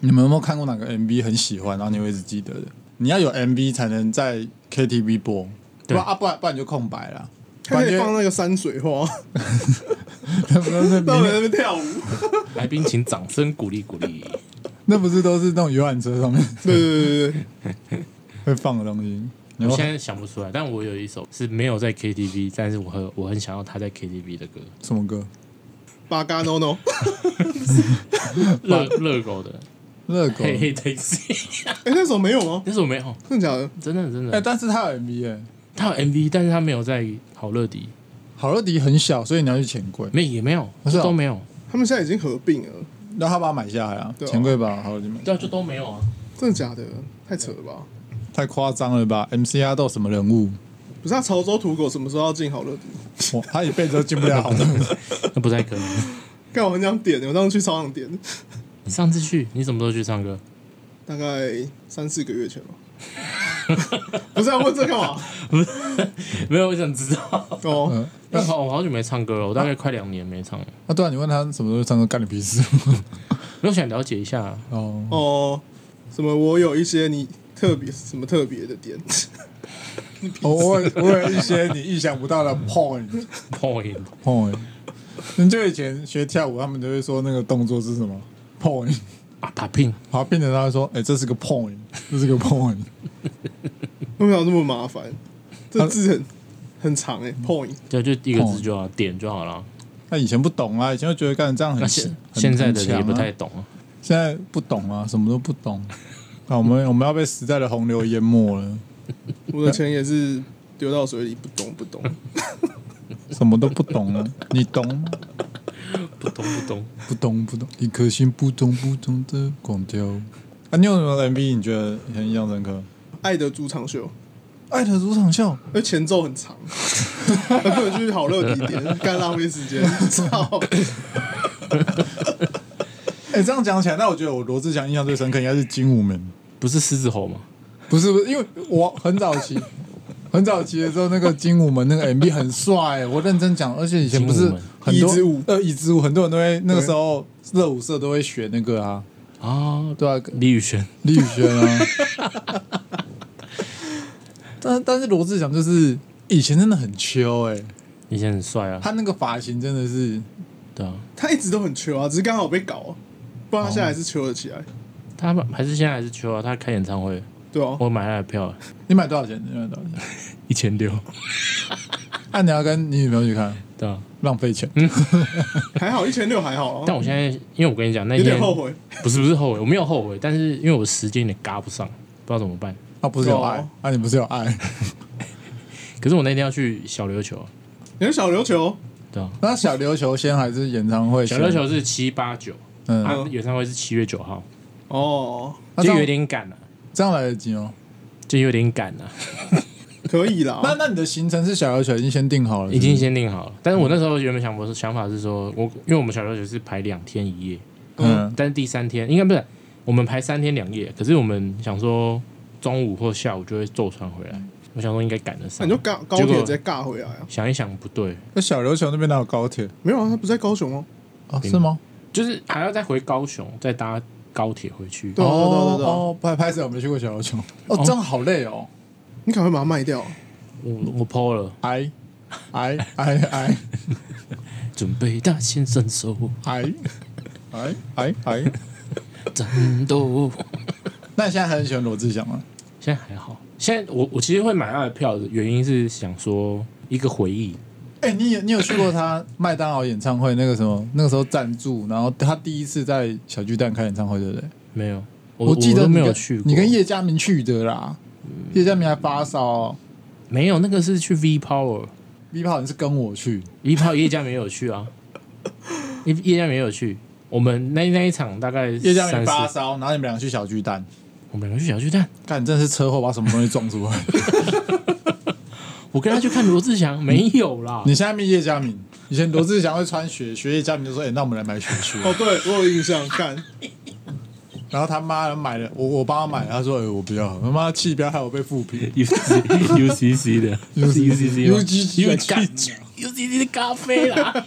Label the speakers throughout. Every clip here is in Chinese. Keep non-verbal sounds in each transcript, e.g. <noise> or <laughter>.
Speaker 1: 没有看过哪个 MV 很喜欢，然后你会一直记得的？你要有 MV 才能在 KTV 播，不
Speaker 2: 对
Speaker 1: 然啊，不然不然你就空白了。
Speaker 3: 他可以
Speaker 1: 感觉
Speaker 3: 放那个山水画，
Speaker 1: 那不是
Speaker 3: 到
Speaker 1: 明
Speaker 3: 底在
Speaker 1: 天
Speaker 3: 那边跳舞。
Speaker 2: 来宾请掌声鼓励鼓
Speaker 1: <laughs>
Speaker 2: 励。
Speaker 1: 那不是都是那种游览车上面
Speaker 3: 对对对对对，
Speaker 1: <laughs> 会放的东西？
Speaker 2: 我
Speaker 1: 然后
Speaker 2: 现在想不出来，但我有一首是没有在 KTV，但是我很我很想要他在 KTV 的
Speaker 1: <laughs>
Speaker 2: 歌，
Speaker 1: 什么歌？
Speaker 3: 八嘎 no no，
Speaker 2: 热热狗的
Speaker 1: 热
Speaker 2: 《
Speaker 1: 狗。
Speaker 2: 嘿
Speaker 1: <laughs>
Speaker 2: 嘿 Taxi》，
Speaker 3: 哎，那首没有吗？
Speaker 2: 那首没有，
Speaker 3: 真的假的？
Speaker 2: 真的真
Speaker 1: 哎，
Speaker 2: 的，
Speaker 1: 但是它有 MV 哎，
Speaker 2: 他有 MV，但是他没有在好乐迪，
Speaker 1: 好乐迪很小，所以你要去钱柜，
Speaker 2: 没也没有，
Speaker 1: 不是哦
Speaker 2: 就都没有，
Speaker 3: 他们现在已经合并了，
Speaker 1: 然后他把它买下来啊，
Speaker 3: 对啊
Speaker 1: 钱柜把好乐迪买，
Speaker 2: 对啊，就都没有啊。
Speaker 3: 真的假的？太扯了吧！
Speaker 1: 太夸张了吧？MCR 都什么人物？
Speaker 3: 不是他潮州土狗什么时候要进好乐迪？
Speaker 1: 我他一辈子都进不了好乐迪。
Speaker 2: 那不太
Speaker 1: <laughs>
Speaker 2: 可能。
Speaker 3: 干我很想点，我当时去操场点，
Speaker 2: 你上次去，你什么时候去唱歌？
Speaker 3: 大概三四个月前吧。不是要问这干嘛？
Speaker 2: 没有，我想知道。 <laughs>
Speaker 3: 哦，
Speaker 1: 嗯
Speaker 2: 我好，我好久没唱歌了，我大概快两年没唱了。
Speaker 1: 啊，对啊，你问他什么时候唱歌，干你屁事？ <laughs>
Speaker 2: 我想了解一下，
Speaker 1: 哦，
Speaker 3: 哦，什么？我有一些你特别什么特别的点，
Speaker 1: 我我有我有一些你意想不到的 point
Speaker 2: point
Speaker 1: point。很久以前学跳舞，他们都会说那个动作是什么 point，
Speaker 2: 啊，打拼
Speaker 1: 然后变成他会说，哎、这是个 point，这是个 point。
Speaker 3: 为什么要那么麻烦？这字很很长哎、point
Speaker 2: 对，就一个字就好，点就好了。
Speaker 1: 那以前不懂啊，以前就觉得干这样
Speaker 2: 那
Speaker 1: 很
Speaker 2: 现
Speaker 1: 很
Speaker 2: 现在的
Speaker 1: 很强
Speaker 2: 人也不
Speaker 1: 啊
Speaker 2: 太懂啊。
Speaker 1: 现在不懂啊，什么都不懂。啊，我们我们要被时代的洪流淹没了，
Speaker 3: 我的钱也是丢到水里，不懂不懂。
Speaker 1: 什么都不懂了。你懂吗？
Speaker 2: 不懂不懂，
Speaker 1: 不懂不懂，一颗心不懂不懂的广调。啊，你有什么 MV 你觉得很印象深刻？
Speaker 3: 爱的主场秀，
Speaker 1: 爱的主场秀，
Speaker 3: 而前奏很长，还不如去好乐迪点，干浪费时间。操！
Speaker 1: 哎、这样讲起来，那我觉得我罗志祥印象最深刻应该是《精武门
Speaker 2: 不是狮子吼吗？》，
Speaker 1: 不是不是，因为我很早
Speaker 2: <laughs>
Speaker 1: 期，很早期的时候，那个《精武门》那个 MV 很帅、我认真讲，而且以前不是
Speaker 2: 精武门
Speaker 1: 很多
Speaker 3: 椅子舞
Speaker 1: 呃，椅子舞很多人都会那个时候热舞社都会选那个啊，
Speaker 2: 啊，
Speaker 1: 对啊，
Speaker 2: 李宇轩
Speaker 1: 李宇轩啊。
Speaker 2: <laughs>
Speaker 1: 但但是罗志祥就是以前真的很秋哎、
Speaker 2: 以前很帅啊，
Speaker 1: 他那个发型真的是
Speaker 2: 对啊，
Speaker 3: 他一直都很球啊，只是刚好被搞、啊，不然他现在还是球了起来。
Speaker 2: 他还是现在还是秋啊，他开演唱会，
Speaker 3: 对啊，
Speaker 2: 我买他的票
Speaker 1: 你买多少钱？你买多少钱？
Speaker 2: 一千六，
Speaker 1: 啊，你要跟你女朋友去看，
Speaker 2: 对啊，
Speaker 1: 浪费钱。
Speaker 3: 还好一千六还好啊
Speaker 2: 但，我现在因为我跟你讲那
Speaker 3: 有
Speaker 2: 天
Speaker 3: 点后悔。
Speaker 2: 不是不是后悔，我没有后悔，但是因为我时间有点嘎不上，不知道怎么办。
Speaker 1: 啊，不是有爱
Speaker 3: 有，
Speaker 2: 哦
Speaker 1: 啊，你不是有爱。
Speaker 2: 可是我那天要去小琉球，啊
Speaker 3: 你是小琉球，
Speaker 2: 对啊，
Speaker 1: 那小琉球先还是演唱会
Speaker 2: 小
Speaker 1: 先？
Speaker 2: 琉球是七八九，
Speaker 1: 嗯，
Speaker 2: 啊，演唱会是七月九号，
Speaker 3: 哦，
Speaker 1: 那这
Speaker 2: 就
Speaker 1: 样
Speaker 2: 有点赶了、
Speaker 1: 这样来得及哦。
Speaker 2: 就有点赶啊了、
Speaker 3: 可以啦。
Speaker 1: 那那你的行程是小琉球已经先定好了，
Speaker 2: 已经
Speaker 1: 是
Speaker 2: 先定好了。但是我那时候原本想我是想法是说，我因为我们小琉球是排两天一夜，
Speaker 1: 不是嗯
Speaker 2: 但是第三天应该不是，我们排三天两夜，可是我们想说中午或下午就会坐船回来，我想说应该赶得
Speaker 3: 那
Speaker 2: 上
Speaker 3: 你。就尬高
Speaker 2: 结
Speaker 3: 铁
Speaker 2: 果
Speaker 3: 直接尬回来啊？
Speaker 2: 想一想不对，
Speaker 1: 那小琉球那边哪有高铁
Speaker 3: 没有啊，他不在高雄哦。
Speaker 1: 啊？
Speaker 2: 嗯
Speaker 1: 是吗？
Speaker 2: 就是还要再回高雄，再搭高铁回去。
Speaker 3: 对啊对啊对啊对啊
Speaker 1: 哦，拍拍摄我没去过小琉球，哦，
Speaker 2: 哦
Speaker 1: 这样好累哦。
Speaker 3: 你赶快把它卖掉啊、
Speaker 2: 我我抛了，
Speaker 1: 哎哎哎哎
Speaker 2: 准备大显身手
Speaker 1: 哎哎哎哎，
Speaker 2: 战斗。
Speaker 1: 那你现在还很喜欢罗志祥吗？
Speaker 2: 现在还好，现在我我其实会买他的票的原因是想说一个回忆，
Speaker 1: 哎，你有你有去过他麦当劳演唱会那个什么？那个时候赞助，然后他第一次在小巨蛋开演唱会，对不对？
Speaker 2: 没有，
Speaker 1: 我记得
Speaker 2: 都
Speaker 1: 你
Speaker 2: 没有
Speaker 1: 跟
Speaker 2: 去过。
Speaker 1: 你跟叶嘉明去的啦，叶嘉明还发烧、哦、
Speaker 2: 没有那个是去 V Power。
Speaker 1: ，V 炮你是跟我去，
Speaker 2: 一炮叶嘉明也有去啊，叶叶嘉明也有去。我们那那一场大概
Speaker 1: 叶嘉明发
Speaker 2: 三十，
Speaker 1: 烧，然后你们两个去小巨蛋，
Speaker 2: 我们两个去小巨蛋，
Speaker 1: 干，你真的是车祸把什么东西撞出来。 <laughs>
Speaker 2: 我跟他去看罗志祥，没有啦。
Speaker 1: 你现在面叶嘉明，以前罗志祥会穿雪靴，叶嘉明就说：“哎、那我们来买雪靴。
Speaker 3: 哦，对，我有印象。干，
Speaker 1: <laughs> 然后他妈买了，我我帮他买，他说：“哎、我不要。”他妈气不要害我被复 <laughs> 评。
Speaker 2: U C <laughs> U C C 的
Speaker 1: UCC 吗
Speaker 2: C U
Speaker 1: 干
Speaker 2: U C C 的咖啡 <laughs> 啦。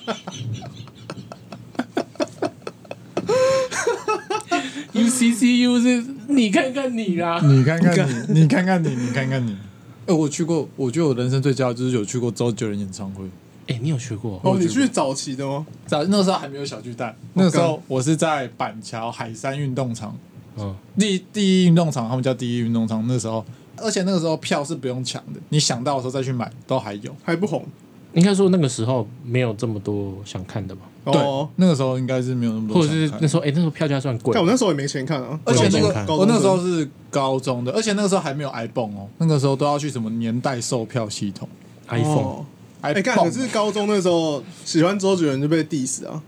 Speaker 2: U CCU 是你看看你啦，
Speaker 1: 你看看你，你看看你，你看看你。哎，我去过，我觉得我人生最骄傲就是有去过周杰伦演唱会。
Speaker 2: 哎、你有去过？
Speaker 3: 哦，你去早期的吗？
Speaker 1: 在那时候还没有小巨蛋，那时候我是在板桥海山运动场，
Speaker 2: 嗯，
Speaker 1: 第第一运动场，他们叫第一运动场。那时候，而且那个时候票是不用抢的，你想到的时候再去买都还有。
Speaker 3: 还不红
Speaker 2: 应该说那个时候没有这么多想看的吧，
Speaker 1: 对
Speaker 3: 哦，。
Speaker 1: 那个时候应该是没有那么多
Speaker 2: 或者
Speaker 1: 想看，
Speaker 2: 是那时候哎、那时候票价算贵
Speaker 3: 但，我那时候也没钱看啊，
Speaker 1: 而且那
Speaker 2: 高中
Speaker 1: 个
Speaker 3: 生
Speaker 1: 我那时候是高中的，而且那个时候还没有 iPhone 哦，那个时候都要去什么年代售票系统
Speaker 2: iPhone，、
Speaker 3: 哦哎，干，
Speaker 1: iPhone，、
Speaker 3: 可是高中那时候喜欢周杰伦就被 diss 啊，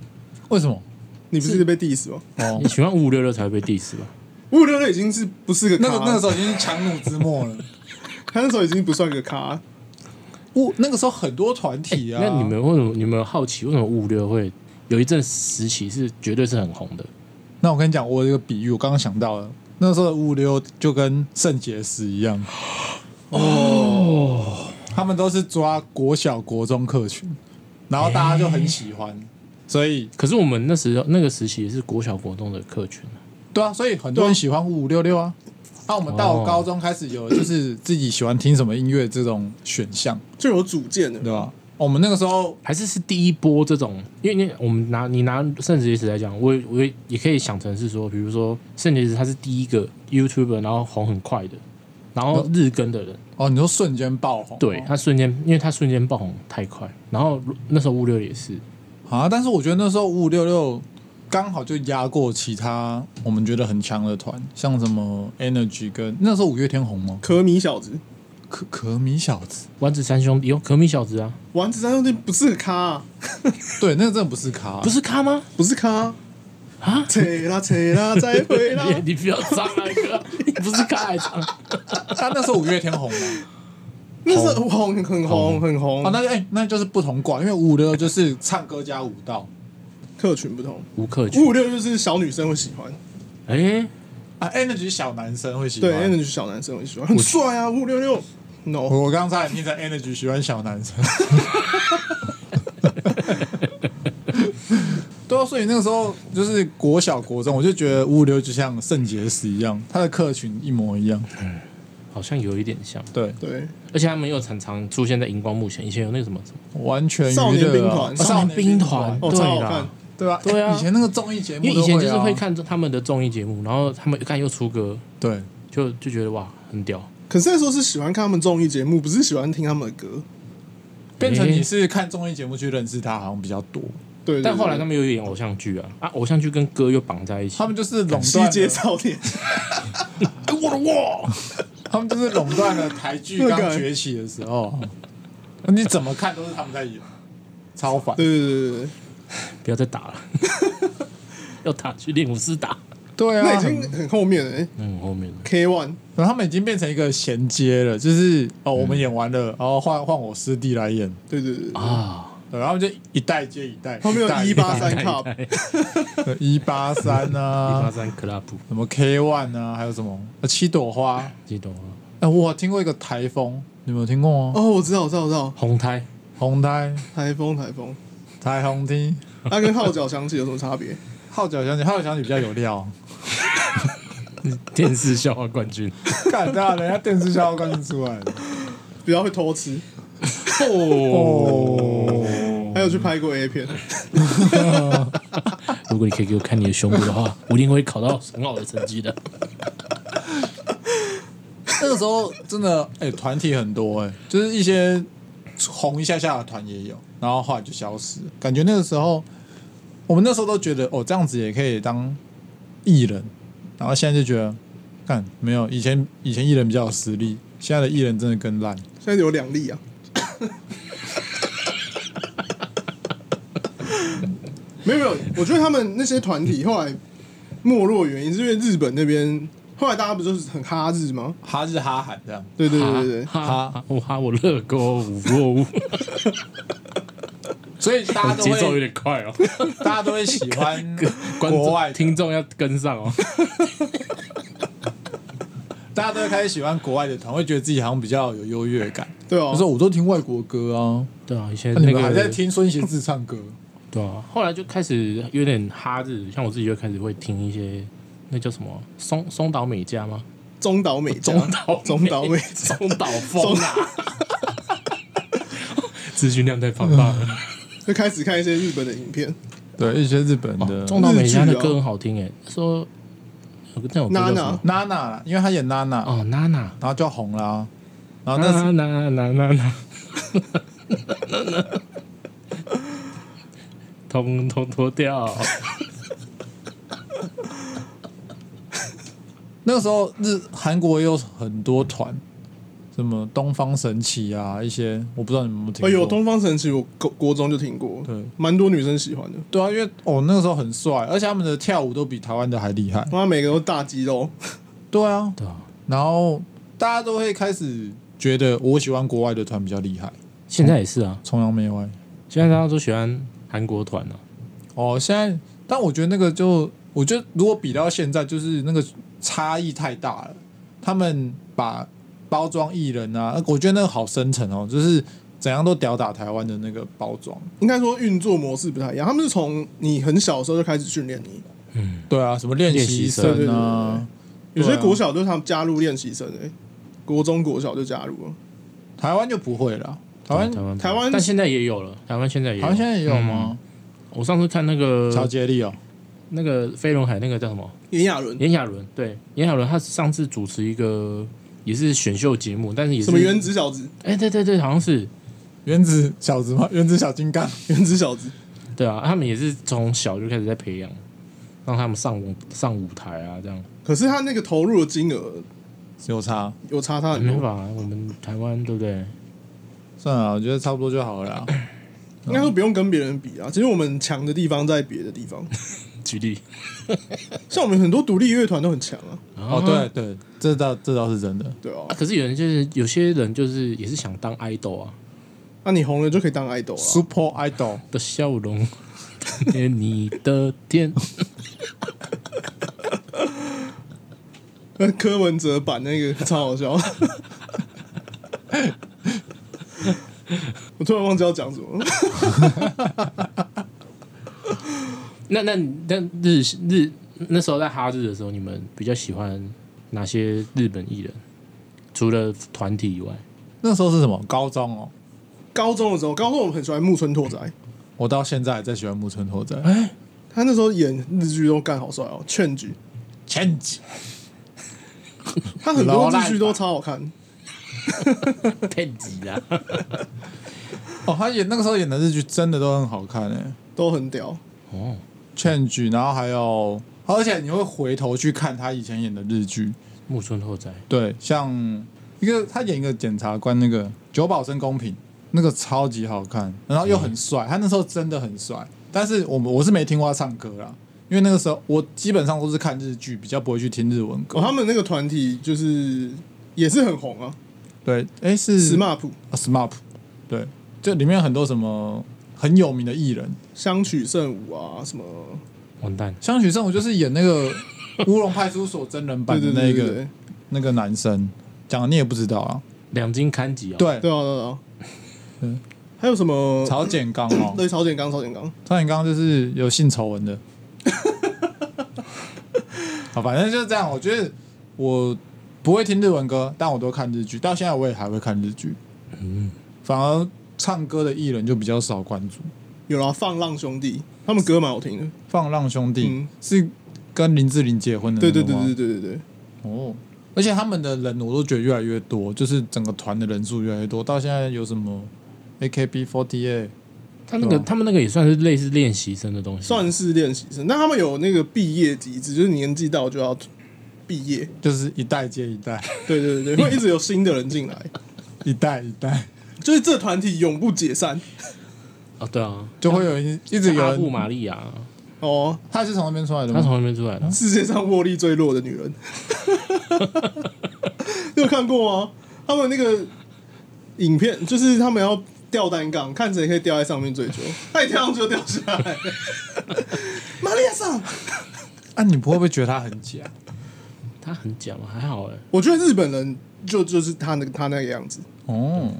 Speaker 1: 为什么？
Speaker 3: 你不是一直被 diss 吗？
Speaker 1: 哦
Speaker 2: 你，喜欢五五六六才会被 diss 吧？
Speaker 3: 五五六六已经是不是个咖
Speaker 1: 那
Speaker 3: 了
Speaker 1: 个那个时候已经是强弩之末了。
Speaker 3: 他那时候已经不算个咖，
Speaker 1: 我那个时候很多团体啊，
Speaker 2: 哎那你们为什么你们有好奇为什么五五六会有一阵时期是绝对是很红的？
Speaker 1: 那我跟你讲，我有一个比喻，我刚刚想到了，那时候的五五六就跟肾结石一样。哦，
Speaker 2: 哦
Speaker 1: 他们都是抓国小、国中客群，然后大家就很喜欢，所以
Speaker 2: 可是我们那时候那个时期也是国小国中的客群啊，
Speaker 1: 对啊，所以很多人喜欢五五六六啊。那我们到
Speaker 2: 哦
Speaker 1: 高中开始有就是自己喜欢听什么音乐这种选项，
Speaker 3: 就有主见的。
Speaker 1: 对啊吧？哦我们那个时候
Speaker 2: 还是是第一波这种，因为你我们拿你拿圣洁石来讲，我也我也也可以想成是说，比如说圣洁石他是第一个 YouTuber，然后红很快的，然后日更的人，
Speaker 1: 哦，你说瞬间爆红，
Speaker 2: 对他瞬间，因为他瞬间爆红太快，然后那时候物流也是，
Speaker 1: 啊，但是我觉得那时候五五六六刚好就压过其他我们觉得很强的团，像什么 Energy 跟那时候五月天红吗？
Speaker 3: 可米小子，
Speaker 1: 可可米小子，
Speaker 2: 丸子三兄弟有可米小子啊，
Speaker 3: 丸子三兄弟不是个咖、啊，
Speaker 1: 对，那个真的不是咖，
Speaker 2: 不是咖吗？
Speaker 3: 不是咖啊！
Speaker 2: 啊
Speaker 3: 扯啦扯啦，再回啦！
Speaker 2: 你你不要唱那个，你不是咖还唱，
Speaker 1: 他啊那时候五月天红吗？ <laughs>
Speaker 3: 那是红很红很红，
Speaker 1: 啊，那就哎、那就是不同挂，因为五五六六就是唱歌加舞蹈
Speaker 3: 客群不同。
Speaker 2: 吴克群
Speaker 3: 五，五六就是小女生会喜欢，
Speaker 2: 哎、
Speaker 1: 啊，Energy 小男生会喜欢。
Speaker 3: 对，那就是小男生会喜欢，很帅啊！五五六六，no，
Speaker 1: 我我刚才听成 Energy 喜欢小男生。 <laughs> 对啊，所以那个时候就是国小国中，我就觉得五五六就像肾结石一样，他的客群一模一样。
Speaker 2: 好像有一点像，
Speaker 1: 对，
Speaker 3: 对，
Speaker 2: 而且他们又常常出现在荧光幕前，以前有那个什么什么
Speaker 1: 完全娱乐啊
Speaker 3: 少年兵团
Speaker 1: 啊少年
Speaker 2: 哦少年兵团，
Speaker 3: 哦
Speaker 2: 对
Speaker 3: 超好
Speaker 2: 啦
Speaker 3: 看。
Speaker 1: 对啊，
Speaker 2: 对啊
Speaker 1: 以前那个综艺节目都
Speaker 2: 因
Speaker 1: 啊，
Speaker 2: 为以前就是会看他们的综艺节目，然后他们看又出歌，
Speaker 1: 对。
Speaker 2: 就就觉得哇很屌。
Speaker 3: 可是那时候是喜欢看他们综艺节目，不是喜欢听他们的歌。
Speaker 1: 变成你是看综艺节目去认识他，好像比较多。
Speaker 3: 对，对
Speaker 2: 但后来
Speaker 3: 对
Speaker 2: 他们又演偶像剧啊，啊偶像剧跟歌又绑在一起
Speaker 1: 他。们就是垄断
Speaker 3: 西
Speaker 1: 了
Speaker 3: 街少年，
Speaker 1: 哎
Speaker 2: 我的哇，
Speaker 1: <laughs> 他们就是垄断了台 <laughs> 剧刚崛起的时候，你怎么看都是他们在演，超烦。
Speaker 3: 对对对对对，
Speaker 2: 不要再打了， <laughs> 要打去练武师打。
Speaker 1: 对
Speaker 3: 那
Speaker 1: 啊，
Speaker 3: 已
Speaker 1: 很
Speaker 3: 经很后面了、欸。
Speaker 2: 嗯，后面的
Speaker 3: K One
Speaker 1: 然后他们已经变成一个衔接了，就是哦，我们演完了，然后换换我师弟来演，
Speaker 3: 对对对，对
Speaker 2: 啊，
Speaker 1: 对，然后就一代接一代。
Speaker 3: 后面有一八三 Cup，
Speaker 1: <laughs> 一八三
Speaker 2: 一八
Speaker 1: <laughs> 啊，
Speaker 2: 三 club，
Speaker 1: 什么 K One 啊，还有什么呃七朵花？
Speaker 2: 记得吗？
Speaker 1: 哎，我听过一个台风，你们有听过吗？
Speaker 3: 哦，我知道我知道我知道，
Speaker 2: 红胎
Speaker 1: 红台
Speaker 3: 台风台风，
Speaker 1: 台红听，
Speaker 3: 它跟号角响起有什么
Speaker 2: <laughs>
Speaker 3: 差别？
Speaker 1: 号角响起，号角响起比较有料。
Speaker 2: 电视笑话冠军。
Speaker 1: <laughs> 干大人家电视笑话冠军出来了。
Speaker 3: 比较会偷吃，
Speaker 1: 哦，
Speaker 3: 还有去拍过 A 片，
Speaker 2: <laughs> 如果你可以给我看你的胸部的话，我一定会考到很好的成绩的。
Speaker 1: 那个时候真的，哎、团体很多、哎，就是一些红一下下的团也有，然后后来就消失了。感觉那个时候，我们那时候都觉得，哦，这样子也可以当艺人，然后现在就觉得，看没有以前以前艺人比较有实力，现在的艺人真的更烂。
Speaker 3: 现在有两例啊。 <laughs> 没有没有，我觉得他们那些团体后来没落的原因是因为日本那边后来大家不就是很哈日吗？
Speaker 1: 哈日哈韩这样，
Speaker 3: 对对对对对，
Speaker 2: 哈，哈我哈我乐高五落 <laughs> 五，
Speaker 1: 所以大家都
Speaker 2: 节奏有
Speaker 1: 会
Speaker 2: 点快 <laughs> 哦。
Speaker 1: 大家都会喜欢
Speaker 2: 观众
Speaker 1: 国外的，
Speaker 2: 听众要跟上哦。
Speaker 1: 大家都会开始喜欢国外的团，会觉得自己好像比较有优越感。
Speaker 3: 对啊
Speaker 1: 我，说我都听外国歌啊，
Speaker 2: <laughs> 对啊，以前
Speaker 1: 那你
Speaker 2: 那
Speaker 1: 们
Speaker 2: 个
Speaker 1: 还在听孙协志唱歌？
Speaker 2: 对啊，后来就开始有点哈日，像我自己就开始会听一些那叫什么松松岛美嘉吗？
Speaker 3: 中岛美嘉，
Speaker 2: 中岛 <laughs>
Speaker 3: 中岛美，
Speaker 2: 松岛枫啊， <laughs> 资讯量太庞 <laughs> 大了。
Speaker 3: 就开始看一些日本的影片，
Speaker 1: <laughs> 对一些日本的
Speaker 2: 中岛美嘉的歌很好听诶，说那首歌叫什么？
Speaker 1: 娜娜，因为她演娜娜，
Speaker 2: 哦，娜娜，
Speaker 1: 然后就红了啊，然后那
Speaker 2: 娜娜娜娜娜，通通脱掉。
Speaker 1: 那时候日韩国也有很多团，什么东方神起啊，一些我不知道你们有没有听过。
Speaker 3: 哦，有东方神起，我国国中就听过，
Speaker 1: 对
Speaker 3: 蛮多女生喜欢的，
Speaker 1: 对啊，因为哦那个时候很帅，而且他们的跳舞都比台湾的还厉害。
Speaker 3: 哇，每个都大肌肉，
Speaker 1: 对啊，
Speaker 2: 对啊，
Speaker 1: 然后大家都会开始觉得我喜欢国外的团比较厉害，
Speaker 2: 现在也是啊，
Speaker 1: 崇洋媚外。
Speaker 2: 现在大家都喜欢韩国团啊。
Speaker 1: 哦，现在但我觉得那个就，我觉得如果比到现在，就是那个差异太大了。他们把包装艺人啊，我觉得那个好深沉哦，就是怎样都吊打台湾的那个包装。
Speaker 3: 应该说运作模式不太一样，他们是从你很小的时候就开始训练你，
Speaker 2: 嗯，
Speaker 1: 对啊，什么练习
Speaker 3: 练习
Speaker 1: 生
Speaker 3: 生
Speaker 1: 啊，
Speaker 3: 有些
Speaker 1: 对啊
Speaker 3: 国小就是他们加入练习生诶、哎国中国小就加入了，
Speaker 1: 台湾就不会了。台湾
Speaker 2: 台
Speaker 1: 台
Speaker 2: 湾
Speaker 3: 台湾
Speaker 2: 但现在也有了，台湾现在也有。
Speaker 1: 湾现在也有吗？
Speaker 2: 我上次看那个
Speaker 1: 乔杰利哦，
Speaker 2: 那个飞轮海那个叫什么？
Speaker 3: 炎亚纶
Speaker 2: 炎亚纶，对，炎亚纶他上次主持一个也是选秀节目，但是也是
Speaker 3: 什么原？子小子， <laughs>
Speaker 2: 哎、对对对，好像是
Speaker 1: 原子小子吗？原子小金刚。
Speaker 3: 原子小子，
Speaker 2: 对啊，他们也是从小就开始在培养，让他们上舞上舞台啊，这样
Speaker 3: 可是他那个投入的金额
Speaker 1: 有差，
Speaker 3: 有差他很
Speaker 2: 没办
Speaker 3: 多，
Speaker 2: 法、我们台湾对不对？
Speaker 1: 算了，我觉得差不多就好了啦。
Speaker 3: 应该说不用跟别人比啊，其实我们强的地方在别的地方，
Speaker 2: 举例
Speaker 3: 像我们很多独立乐团都很强啊，
Speaker 1: 哦，对对，这倒这倒是真的。
Speaker 3: 对啊
Speaker 2: 啊，，可是有人就是有些人就是也是想当 idol 啊
Speaker 3: 那你红了就可以当 idol 了。
Speaker 1: Super Idol，
Speaker 2: 的笑容， <laughs> 你的天，
Speaker 3: 那柯文哲版那个 <laughs> 超好笑。我突然忘记要讲什么了，
Speaker 2: 那那那日日那时候在哈日的时候，你们比较喜欢哪些日本艺人？除了团体以 <laughs> 外，
Speaker 1: 那时候是什么？高中哦，
Speaker 3: 高中的时候，高中我很喜欢木村拓哉，
Speaker 1: 我到现在还在喜欢木村拓哉。哎
Speaker 3: 他那时候演日剧都干好帅哦，《劝剧》，
Speaker 1: Change，
Speaker 3: 他很多日剧都超好看，
Speaker 2: 太急了。
Speaker 1: 哦，他演那个时候演的日剧真的都很好看诶、
Speaker 3: 都很屌。
Speaker 2: 哦，
Speaker 1: Change，然后还有，而且你会回头去看他以前演的日剧，
Speaker 2: 木村拓哉，
Speaker 1: 对，像一个他演一个检察官，那个久保生公平，那个超级好看，然后又
Speaker 3: 嗯
Speaker 1: 很帅，他那时候真的很帅。但是我们我是没听过他唱歌啦，因为那个时候我基本上都是看日剧，比较不会去听日文歌。
Speaker 3: 哦，他们那个团体就是也是很红啊
Speaker 1: 对，哎是
Speaker 3: ，SMAP
Speaker 1: SMAP，对，这里面很多什么很有名的艺人，
Speaker 3: 相曲圣武啊，什么
Speaker 2: 完蛋，
Speaker 1: 香取慎我就是演那
Speaker 3: <laughs>
Speaker 1: 个乌龙派出所真人版
Speaker 3: 对
Speaker 1: 的
Speaker 3: 对
Speaker 1: 那
Speaker 3: 对对对
Speaker 1: 个那个男生，讲的你也不知道啊，
Speaker 2: 两金刊吉啊、哦，
Speaker 1: 对，
Speaker 3: 对啊对啊，对
Speaker 1: 嗯
Speaker 3: 啊还有什么
Speaker 1: 曹简刚哦，
Speaker 3: 对朝鲜刚朝鲜刚，
Speaker 1: 曹简刚就是有性丑闻
Speaker 3: <laughs>
Speaker 1: 的，好，反正就是这样。我觉得我不会听日文歌，但我都看日剧，到现在我也还会看日剧，反而唱歌的艺人就比较少关注。
Speaker 3: 有啦，放浪兄弟，他们歌蛮好听的。
Speaker 1: 放浪兄弟、
Speaker 3: 嗯
Speaker 1: 是跟林志玲结婚的
Speaker 3: 对
Speaker 1: 那个
Speaker 3: 对
Speaker 1: 吗，
Speaker 3: 对对对对对，
Speaker 1: 哦，而且他们的人我都觉得越来越多，就是整个团的人数越来越多，到现在有什么 AKB48，
Speaker 2: 他那
Speaker 1: 对
Speaker 2: 个
Speaker 1: 啊
Speaker 2: 他们那个也算是类似练习生的东西，
Speaker 3: 算是练习生。那他们有那个毕业机制，就是你年纪到就要毕业。
Speaker 1: 就是一代接一代， <laughs>
Speaker 3: 对对对对，会一直有新的人进来，
Speaker 1: 一代一代，
Speaker 3: 就是这团体永不解散。
Speaker 2: 哦，对啊，
Speaker 1: 就会有人一直有
Speaker 2: 阿布
Speaker 1: 人，
Speaker 2: 玛利亚，啊
Speaker 3: 哦，
Speaker 1: 他是从那边出来的
Speaker 2: 他
Speaker 1: 吗？
Speaker 2: 从那边出来的，
Speaker 3: 世界上握力最弱的女人， <laughs> 你有看过吗？他们那个影片就是他们要吊单杠，看谁可以吊在上面最久。他一跳上去就掉下来， <laughs> 玛利亚上。
Speaker 1: 啊，你不会不会觉得他很假？
Speaker 2: 他很假嘛，还好哎，
Speaker 3: 我觉得日本人就就是他那个他那个样子。
Speaker 1: 哦，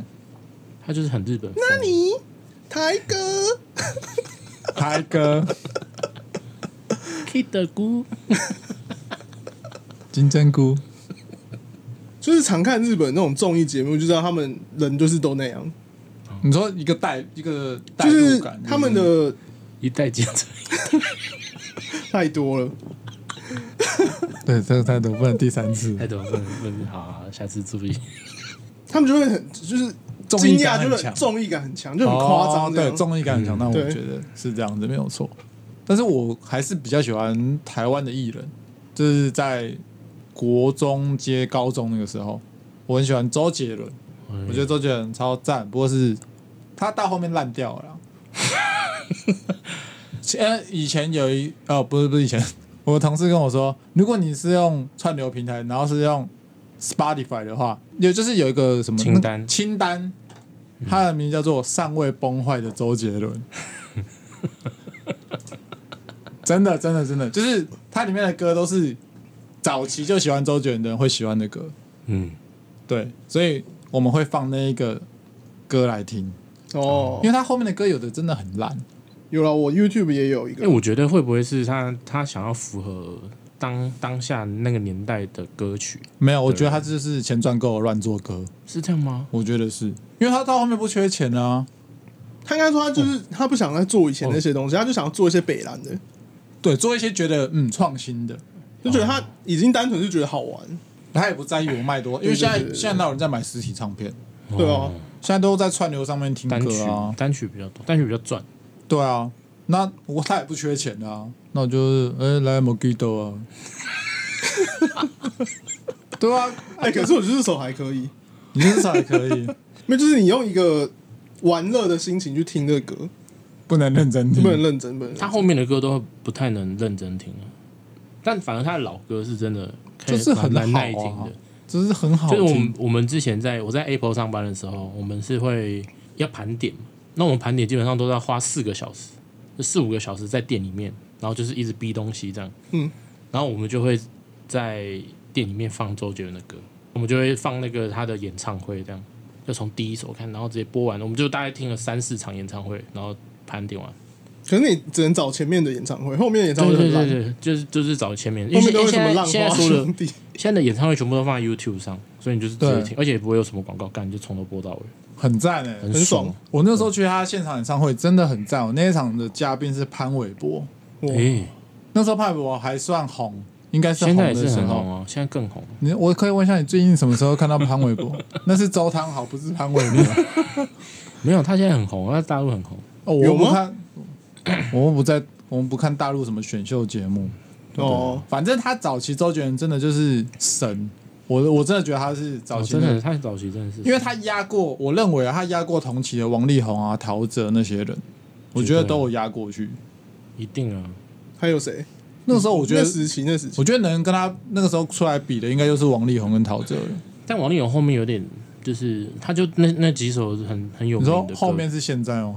Speaker 2: 他就是很日本风。
Speaker 3: 那你台哥，
Speaker 1: 台哥，
Speaker 2: Kid 的姑，
Speaker 1: 金针菇，
Speaker 3: 就是常看日本那种综艺节目，就知道他们人就是都那样，
Speaker 1: 你说一个带一个带
Speaker 3: 就是
Speaker 1: 入感，嗯
Speaker 3: 他们的
Speaker 2: 一代接着
Speaker 3: 太多了。
Speaker 1: 对这个态度不能第三次
Speaker 2: 一， <laughs> 代，懂不能不能，好好，好下次注意。
Speaker 3: 他们就会很就是
Speaker 1: 综
Speaker 3: 惊
Speaker 1: 艺
Speaker 3: 讶，
Speaker 1: 感
Speaker 3: 就
Speaker 1: 很
Speaker 3: 是
Speaker 1: 强，
Speaker 3: 综艺感很强，就很夸张、
Speaker 1: 哦
Speaker 3: 这样嗯
Speaker 1: 对，综艺感很强。但我
Speaker 3: 对
Speaker 1: 觉得是这样子，没有错。但是我还是比较喜欢台湾的艺人，就是在国中接高中那个时候，我很喜欢周杰伦， <laughs> 我觉得周杰伦超赞，不过是他到后面烂掉了啦。 <laughs> 前以前有一哦，不是不是以前，我同事跟我说，如果你是用串流平台，然后是用 Spotify 的话，有就是有一个什么
Speaker 2: 清单嗯
Speaker 1: 那清单，它的名字叫做《尚未崩坏的周杰伦》。 <laughs> 真的，真的，真的，就是它里面的歌都是早期就喜欢周杰伦的人会喜欢的歌，
Speaker 2: 嗯，
Speaker 1: 对，所以我们会放那一个歌来听，
Speaker 3: 哦
Speaker 1: 因，为它后面的歌有的真的很烂，
Speaker 3: 有了，我 YouTube 也有一
Speaker 2: 因
Speaker 3: 个
Speaker 2: 为，嗯哎我觉得会不会是他他想要符合当当下那个年代的歌曲，
Speaker 1: 没有，我觉得他就是钱赚够了乱做歌，
Speaker 2: 是这样吗？
Speaker 1: 我觉得是因为他到后面不缺钱啊，
Speaker 3: 他应该说他就是、
Speaker 1: 嗯
Speaker 3: 他不想再做以前那些东西，他就想要做一些北蓝的，
Speaker 1: 对，做一些觉得嗯创新的，
Speaker 3: 就觉得他已经单纯是觉得好玩，
Speaker 1: 他也不在意我卖多，因为现在现在哪有人在买实体唱片，
Speaker 3: 对啊
Speaker 2: 哦，
Speaker 1: 现在都在串流上面听
Speaker 2: 单曲
Speaker 1: 歌啊，
Speaker 2: 单曲比较多，单曲比较赚。
Speaker 1: 对啊，那我他也不缺钱啊，那我就是哎、来 Mojito
Speaker 2: <laughs>
Speaker 1: 啊，对啊，
Speaker 3: 哎、可是我觉得这首还可以，
Speaker 1: 你至少也可以，
Speaker 3: 没有就是你用一个玩乐的心情去听这个歌，
Speaker 1: 不能认真听
Speaker 3: 不，能认真，不能认
Speaker 2: 他
Speaker 3: 真。
Speaker 2: 后面的歌都不太能认真听了，但反而他的老歌是真的可以
Speaker 1: 就是很
Speaker 2: 蛮
Speaker 1: 好
Speaker 2: 耐听
Speaker 1: 啊
Speaker 2: 的。
Speaker 1: 只是很好
Speaker 2: 就是我
Speaker 1: 听
Speaker 2: 们，我们之前在我在 Apple 上班的时候，我们是会要盘点嘛，那我们盘点基本上都要花四个小时，就四五个小时在店里面，然后就是一直逼东西这样。
Speaker 3: 嗯，
Speaker 2: 然后我们就会在店里面放周杰伦的歌，我们就会放那个他的演唱会这样，就从第一首看，然后直接播完，我们就大概听了三四场演唱会，然后盘点完。
Speaker 3: 可是你只能找前面的演唱会，后面的演唱会
Speaker 2: 对
Speaker 3: 就
Speaker 2: 对
Speaker 3: 很
Speaker 2: 对
Speaker 3: 烂，
Speaker 2: 对，就是就是找前面，因
Speaker 3: 后
Speaker 2: 为
Speaker 3: 面
Speaker 2: 现
Speaker 3: 都有什么
Speaker 2: 在
Speaker 3: 浪
Speaker 2: 现在
Speaker 3: 花
Speaker 2: 说的
Speaker 3: 兄弟，
Speaker 2: 现在的演唱会全部都放在 YouTube 上，所以你就是直接
Speaker 1: 对
Speaker 2: 听，而且也不会有什么广告干，你就从头播到尾，
Speaker 1: 很赞哎、
Speaker 2: 很
Speaker 3: 很爽
Speaker 2: 爽。
Speaker 1: 我那时候去他现场演唱会真的很赞，我那一场的嘉宾是潘玮柏，
Speaker 3: 哇
Speaker 2: 诶，
Speaker 1: 那时候潘玮柏还算红，应该是
Speaker 2: 现
Speaker 1: 红
Speaker 2: 在也
Speaker 1: 的
Speaker 2: 是
Speaker 1: 时
Speaker 2: 很
Speaker 1: 候。
Speaker 2: 红哦，现在更红。
Speaker 1: 你我可以问一下，你最近什么时候看到潘玮柏？ <laughs> 那是周汤豪，不是潘玮柏。
Speaker 2: 没有，他现在很红，他在大陆很红。
Speaker 1: 哦，我
Speaker 3: 有
Speaker 1: 们
Speaker 3: 吗
Speaker 1: 不看，我们不在，我们不看大陆什么选秀节目。
Speaker 3: 哦，
Speaker 1: 反正他早期周杰伦真的就是神，我我真的觉得他是早
Speaker 2: 哦，
Speaker 1: 期
Speaker 2: 真
Speaker 1: 那
Speaker 2: 的，他早期真的是，
Speaker 1: 因为他压过，我认为啊，他压过同期的王力宏啊、陶喆那些人，我觉得都有压过去。
Speaker 2: 一定啊，
Speaker 3: 还有谁？
Speaker 1: 嗯那时候哦我觉得
Speaker 3: 那，时期那时期
Speaker 1: 我觉得能跟他那个时候出来比的，应该就是王力宏跟陶喆了。
Speaker 2: 但王力宏后面有点，就是他就那那几首很很有
Speaker 1: 你
Speaker 2: 名
Speaker 1: 说
Speaker 2: 的歌
Speaker 1: 后面是现在哦，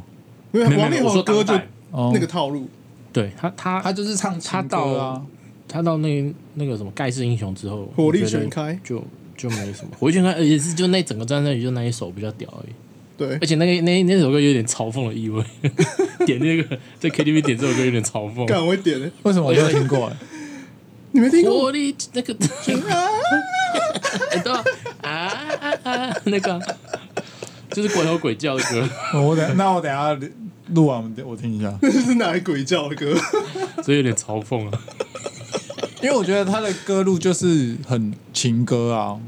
Speaker 3: 因
Speaker 2: 没
Speaker 3: 为
Speaker 2: 有
Speaker 3: 王
Speaker 2: 没
Speaker 3: 力
Speaker 2: 有我
Speaker 3: 宏
Speaker 2: 说
Speaker 3: 歌就
Speaker 2: 当代
Speaker 1: 哦，
Speaker 3: 那个套路，
Speaker 2: 对他他
Speaker 1: 他就是唱情
Speaker 2: 他
Speaker 1: 歌啊
Speaker 2: 到，他到那那个什么盖世英雄之后，
Speaker 3: 火力
Speaker 2: 我觉得
Speaker 3: 全开
Speaker 2: 就就没什么火力全开，而且是就那整个战队就那一首比较屌而已。
Speaker 3: 对
Speaker 1: 哎
Speaker 2: 而，且那个那那首歌有点嘲讽的
Speaker 1: <laughs>
Speaker 2: 意味，点那个在 KTV 点这首歌有点嘲
Speaker 1: 哦
Speaker 2: 讽。
Speaker 3: 干我会点的，
Speaker 1: 为什么我
Speaker 2: 哎
Speaker 1: 没有听过？啊 <laughs>
Speaker 3: 你没听过？ <laughs>
Speaker 2: 火力那个，哎对啊啊啊啊，那个啊就是鬼吼鬼叫的
Speaker 1: <laughs>
Speaker 2: 歌，
Speaker 1: 我等那我等一下录完我我听一下，
Speaker 3: 这是哪里鬼叫的歌？
Speaker 2: 所以有点嘲讽啊。
Speaker 1: 因为我觉得他的歌路就是很情歌啊。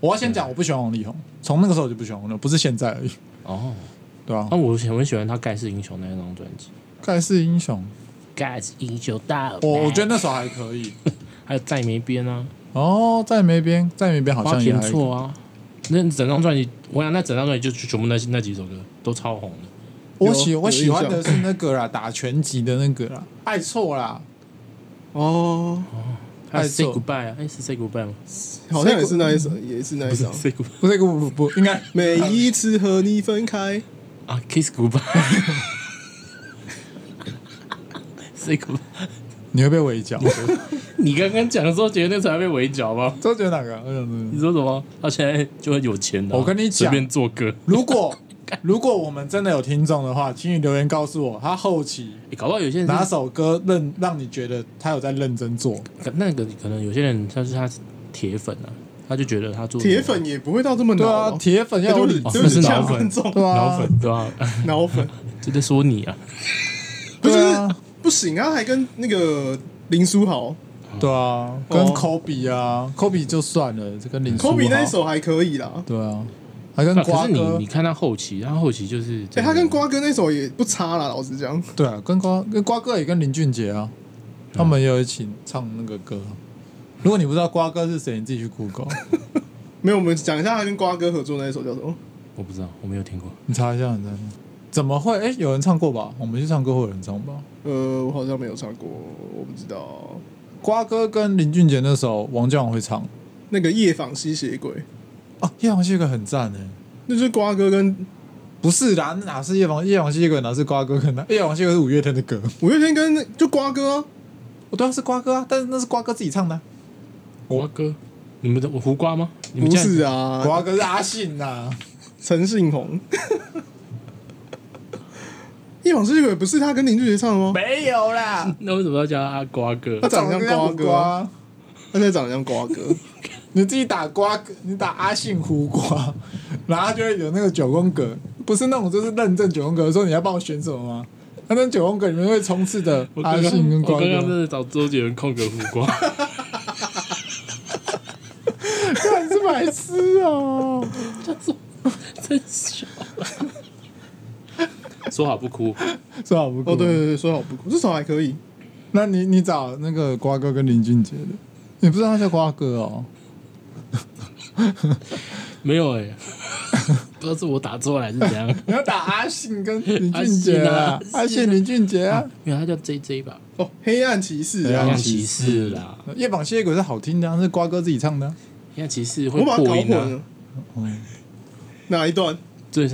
Speaker 1: 我要先讲，我不喜欢王力宏，从那个时候我就不喜欢王力宏，不是现在而已，
Speaker 2: 哦，
Speaker 1: 对吧、
Speaker 2: 那我很很喜欢他《盖世英雄》那张专辑，《
Speaker 1: 盖世英雄，
Speaker 2: 盖世英雄大》。
Speaker 1: 哦我我觉得那首还可以。
Speaker 2: 还有《再没边》啊，
Speaker 1: 哦，在梅边，在梅边
Speaker 2: 《
Speaker 1: 好
Speaker 2: 花
Speaker 1: 像也
Speaker 2: 田
Speaker 1: 还
Speaker 2: 错》啊，那整张专辑，我想那整张专辑就全部那那几首歌都超红的。
Speaker 1: 我喜
Speaker 3: 有
Speaker 1: 我喜
Speaker 3: 有印
Speaker 1: 欢
Speaker 3: 象
Speaker 1: 的是那个啦，打拳击的那个啦，爱错啦，
Speaker 3: 哦，
Speaker 2: 还有《Say
Speaker 1: 爱错
Speaker 2: Goodbye》啊，哎是《Say Goodbye》吗？
Speaker 3: 好像也是那一首，也是那一首。
Speaker 2: Say Goodbye》
Speaker 1: 不是不不不，应该
Speaker 3: 每一次和你分开，
Speaker 1: 嗯
Speaker 2: 啊，Kiss Goodbye。Say Goodbye。
Speaker 1: 你会被围剿。
Speaker 2: 你刚刚讲的时候，觉得那才被围剿吧？
Speaker 1: 周杰伦哪个？我想知道
Speaker 2: 你说什么？他现在就会有钱了、啊
Speaker 1: 我跟你讲
Speaker 2: 随便做歌。
Speaker 1: 如果如果我们真的有听众的话，请你留言告诉我，他后期
Speaker 2: 欸搞不好有些人
Speaker 1: 哪
Speaker 2: 是
Speaker 1: 首歌认让你觉得他有在认真做？
Speaker 2: 那个可能有些人他是他铁粉啊，他就觉得他做
Speaker 3: 铁粉也不会到这么
Speaker 1: 对啊
Speaker 3: 恼，哦，
Speaker 1: 铁粉要有
Speaker 3: 对不
Speaker 1: 理
Speaker 3: 起，
Speaker 2: 哦
Speaker 1: 智
Speaker 3: 对不起，
Speaker 2: 那是
Speaker 3: 呛
Speaker 2: 脑粉
Speaker 3: 观众，
Speaker 1: 对啊，
Speaker 2: 脑粉对吧、
Speaker 1: <laughs>
Speaker 3: 脑粉，
Speaker 2: 就在说你啊，
Speaker 3: 不是
Speaker 1: 对啊
Speaker 3: 不行啊，还跟那个林书豪、
Speaker 1: 对啊，跟
Speaker 3: 哦
Speaker 1: Kobe 啊，Kobe 就算了，这跟林书豪
Speaker 3: Kobe 那一首还可以啦，
Speaker 1: 对啊，还跟
Speaker 2: 那可
Speaker 1: 瓜
Speaker 2: 是你
Speaker 1: 哥欸
Speaker 2: 你看他后期，他后期就是
Speaker 3: 哎，
Speaker 2: 真的
Speaker 3: 他跟瓜哥那首也不差啦，老实讲，
Speaker 1: 对啊，跟瓜跟瓜哥也跟林俊杰啊，
Speaker 3: 嗯
Speaker 1: 他们也有一起唱那个歌。如果你不知道瓜哥是谁，你自己去 Google，
Speaker 3: <laughs> 没有，我们讲一下他跟瓜哥合作那一首叫什么？
Speaker 2: 我不知道，我没有听过。
Speaker 1: 你查一下，你查一下。怎么会？哎，有人唱过吧？我们去唱歌会有人唱吧？
Speaker 3: 呃，我好像没有唱过，我不知道。
Speaker 1: 瓜哥跟林俊杰那首，王嘉尔会唱
Speaker 3: 那个夜访吸血鬼，
Speaker 1: 啊。夜王是一个很赞哎、
Speaker 3: 那就是瓜哥跟
Speaker 1: 不是啦，那哪是夜王？夜王是一个，哪是瓜哥跟他？夜王是一个是五月天的歌，
Speaker 3: 五月天跟那就瓜哥啊，
Speaker 1: 哦，对啊，是瓜哥啊，但是那是瓜哥自己唱的啊、我
Speaker 2: 瓜哥，你们的我胡瓜吗？你们
Speaker 3: 不
Speaker 2: 家
Speaker 3: 是啊，
Speaker 1: 瓜哥是阿信呐、啊，
Speaker 3: 陈信宏。夜访吸血鬼不是他跟林俊杰唱的吗？
Speaker 1: 没有 <laughs> 啦，
Speaker 2: 那为什么要叫他瓜哥
Speaker 3: 他？长得像瓜
Speaker 1: 胡
Speaker 3: 哥啊，他现在长得像瓜哥，
Speaker 1: 你自己打瓜，你打阿信胡瓜，然后他就会有那个九宫格，不是那种就是认证九宫格，说你要帮我选什么吗？他那九宫格里面会充斥着
Speaker 2: 我
Speaker 1: 阿
Speaker 2: 刚刚
Speaker 1: 信跟瓜
Speaker 2: 我刚刚真
Speaker 1: 哥，
Speaker 2: 的找周杰伦空格胡瓜，
Speaker 1: <laughs> 你是白痴哦、
Speaker 2: 真笑。说好不哭，
Speaker 1: 是吧？不
Speaker 3: 哦，
Speaker 1: 过
Speaker 3: 对，对对，说好不哭，这首还可以。
Speaker 1: 那你你找那个瓜哥跟林俊杰的，你不知道他叫瓜哥哦、
Speaker 2: 没有哎、不知道是我打错了还是怎样。
Speaker 1: 你要打阿信跟林俊杰啊，
Speaker 2: 阿
Speaker 1: <laughs>
Speaker 2: 信啊
Speaker 1: 阿信林俊杰啊。
Speaker 2: 因为他叫 J J 吧，
Speaker 3: 哦，黑暗骑士
Speaker 1: 黑
Speaker 2: 黑
Speaker 1: 暗
Speaker 3: 啊
Speaker 2: 暗，骑士啦，
Speaker 1: 夜访吸血鬼是好听的、啊，是瓜哥自己唱的啊、
Speaker 2: 黑暗骑士会
Speaker 3: 我把它搞
Speaker 2: 破
Speaker 3: 混
Speaker 2: 音啊
Speaker 3: 了，。哪一段？
Speaker 2: 对，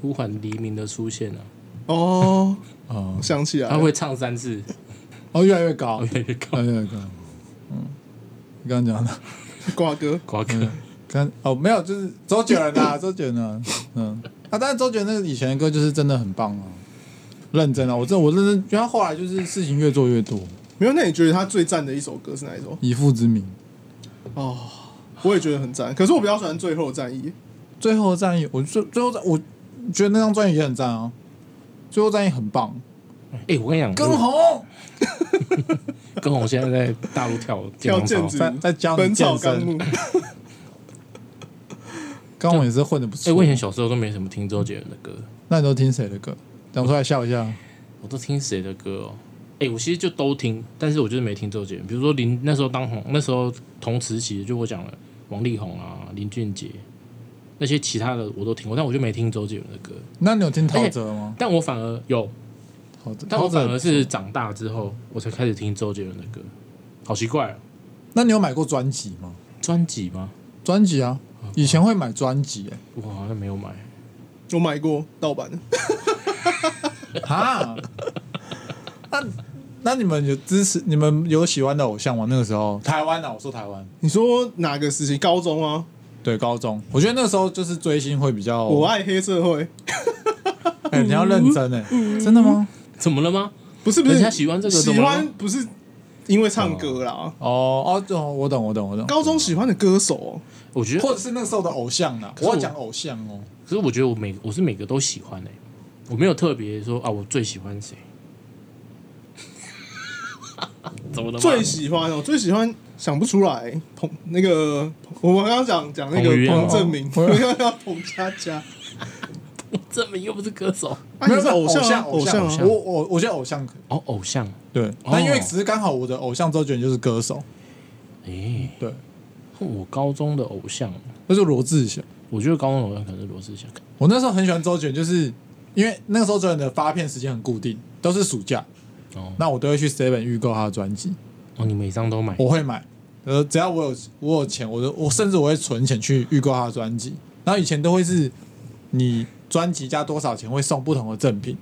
Speaker 2: 呼唤黎明的出现啊，
Speaker 3: 哦，
Speaker 1: 哦
Speaker 3: 我想起来了，
Speaker 2: 他会唱三次，
Speaker 1: 哦，越来越高，
Speaker 2: 越来越高
Speaker 1: 越来越高。嗯，你刚刚讲的，
Speaker 3: 瓜哥。
Speaker 2: 瓜哥
Speaker 1: 嗯，刚哦没有，就是周杰伦啊，周杰伦啊，嗯啊，但是周杰伦那个以前的歌就是真的很棒啊，认真啊，我真的我认真，因为他后来就是事情越做越多，
Speaker 3: 没有，那你觉得他最赞的一首歌是哪一首？
Speaker 1: 以父之名，
Speaker 3: 哦，我也觉得很赞，可是我比较喜欢最后的战役。
Speaker 1: 最后的战役，我最最后战，我觉得那张专辑也很赞啊，最后战役很棒，嗯
Speaker 2: 哎，我跟你讲，
Speaker 1: 跟红
Speaker 2: 跟红现在在大陆跳
Speaker 3: 跳
Speaker 2: 健
Speaker 3: 毽
Speaker 2: 康
Speaker 3: 子
Speaker 2: 操。
Speaker 1: 在在教
Speaker 3: 《
Speaker 1: 你
Speaker 3: 本
Speaker 1: 健
Speaker 3: 草纲
Speaker 1: 身，
Speaker 3: 目》
Speaker 1: 刚红也是混的不
Speaker 2: 哎，
Speaker 1: 错
Speaker 2: 我以，前小时候都没什么听周杰伦的歌，
Speaker 1: 那你都听谁的歌？讲出来笑一下。
Speaker 2: 我都听谁的歌哦？哎，我其实就都听，但是我就是没听周杰伦。比如说林那时候当红，那时候同时期的就我讲了王力宏啊、林俊杰那些其他的我都听过，但我就没听周杰伦的歌。
Speaker 1: 那你有听陶喆吗？
Speaker 2: 但我反而有，
Speaker 1: 陶喆，
Speaker 2: 但我
Speaker 1: 陶
Speaker 2: 反而
Speaker 1: 喆
Speaker 2: 是长大之后我才开始听周杰伦的歌，好奇怪哦。
Speaker 1: 那你有买过专辑吗？
Speaker 2: 专辑吗？
Speaker 1: 专辑啊，以前会买专辑、
Speaker 2: 我好像没有买。
Speaker 3: 我买过盗版的， <laughs>
Speaker 1: 欸，哈， <laughs> 那那你们有支持？你们有喜欢的偶像吗？那个时候台湾啊，我说台湾，
Speaker 3: 你说哪个时期？高中啊，
Speaker 1: 对，高中，我觉得那时候就是追星会比较，
Speaker 2: 哦
Speaker 3: 我啊嗯爱黑社会，
Speaker 1: 哎、你要认真哎、真的吗？
Speaker 2: 怎么了吗？
Speaker 3: 不是不
Speaker 2: 人
Speaker 3: 是
Speaker 2: 家喜欢这个，怎
Speaker 3: 喜
Speaker 2: 么了
Speaker 3: 欢
Speaker 2: 吗？
Speaker 3: 不是因为唱歌啦，
Speaker 1: 哦哦，这种我懂，我懂，我懂，
Speaker 3: 高中喜欢的歌手哦，
Speaker 2: 我觉得，
Speaker 1: 或者是那时候的偶像啦，
Speaker 2: 可是
Speaker 1: 我
Speaker 2: 我
Speaker 1: 要讲偶像哦、
Speaker 2: 可是我觉得我每我是每个都喜欢诶、我没有特别说啊，我最喜欢谁。怎么了吗？
Speaker 3: 最喜欢哦，最喜欢想不出来。彭那个，我们刚刚讲讲那个
Speaker 2: 彭于晏哦
Speaker 3: 彭
Speaker 2: 吗
Speaker 3: 正明，
Speaker 1: 我
Speaker 3: 我刚刚讲 <laughs> 彭佳佳，
Speaker 2: 证明又不是歌手
Speaker 3: 啊，你是
Speaker 1: 没有
Speaker 3: 偶
Speaker 1: 没有偶
Speaker 3: 像啊
Speaker 1: 偶
Speaker 3: 像啊
Speaker 1: 我我我觉得偶像可以
Speaker 2: 哦，偶像
Speaker 1: 对，但因为只是刚好我的偶像周杰伦就是歌手，
Speaker 2: 诶、
Speaker 1: 对，
Speaker 2: 我高中的偶像，
Speaker 1: 就是罗志祥。
Speaker 2: 我觉得高中的偶像可能是罗志祥。
Speaker 1: 我那时候很喜欢周杰伦，就是因为那个时候周杰伦的发片时间很固定，都是暑假，
Speaker 2: 哦
Speaker 1: 那我都会去 Seven 预购他的专辑，
Speaker 2: 哦，你每张都买，
Speaker 1: 我会买，呃，只要我有我有钱，我都我甚至我会存钱去预购他的专辑。然后以前都会是你专辑加多少钱会送不同的赠品，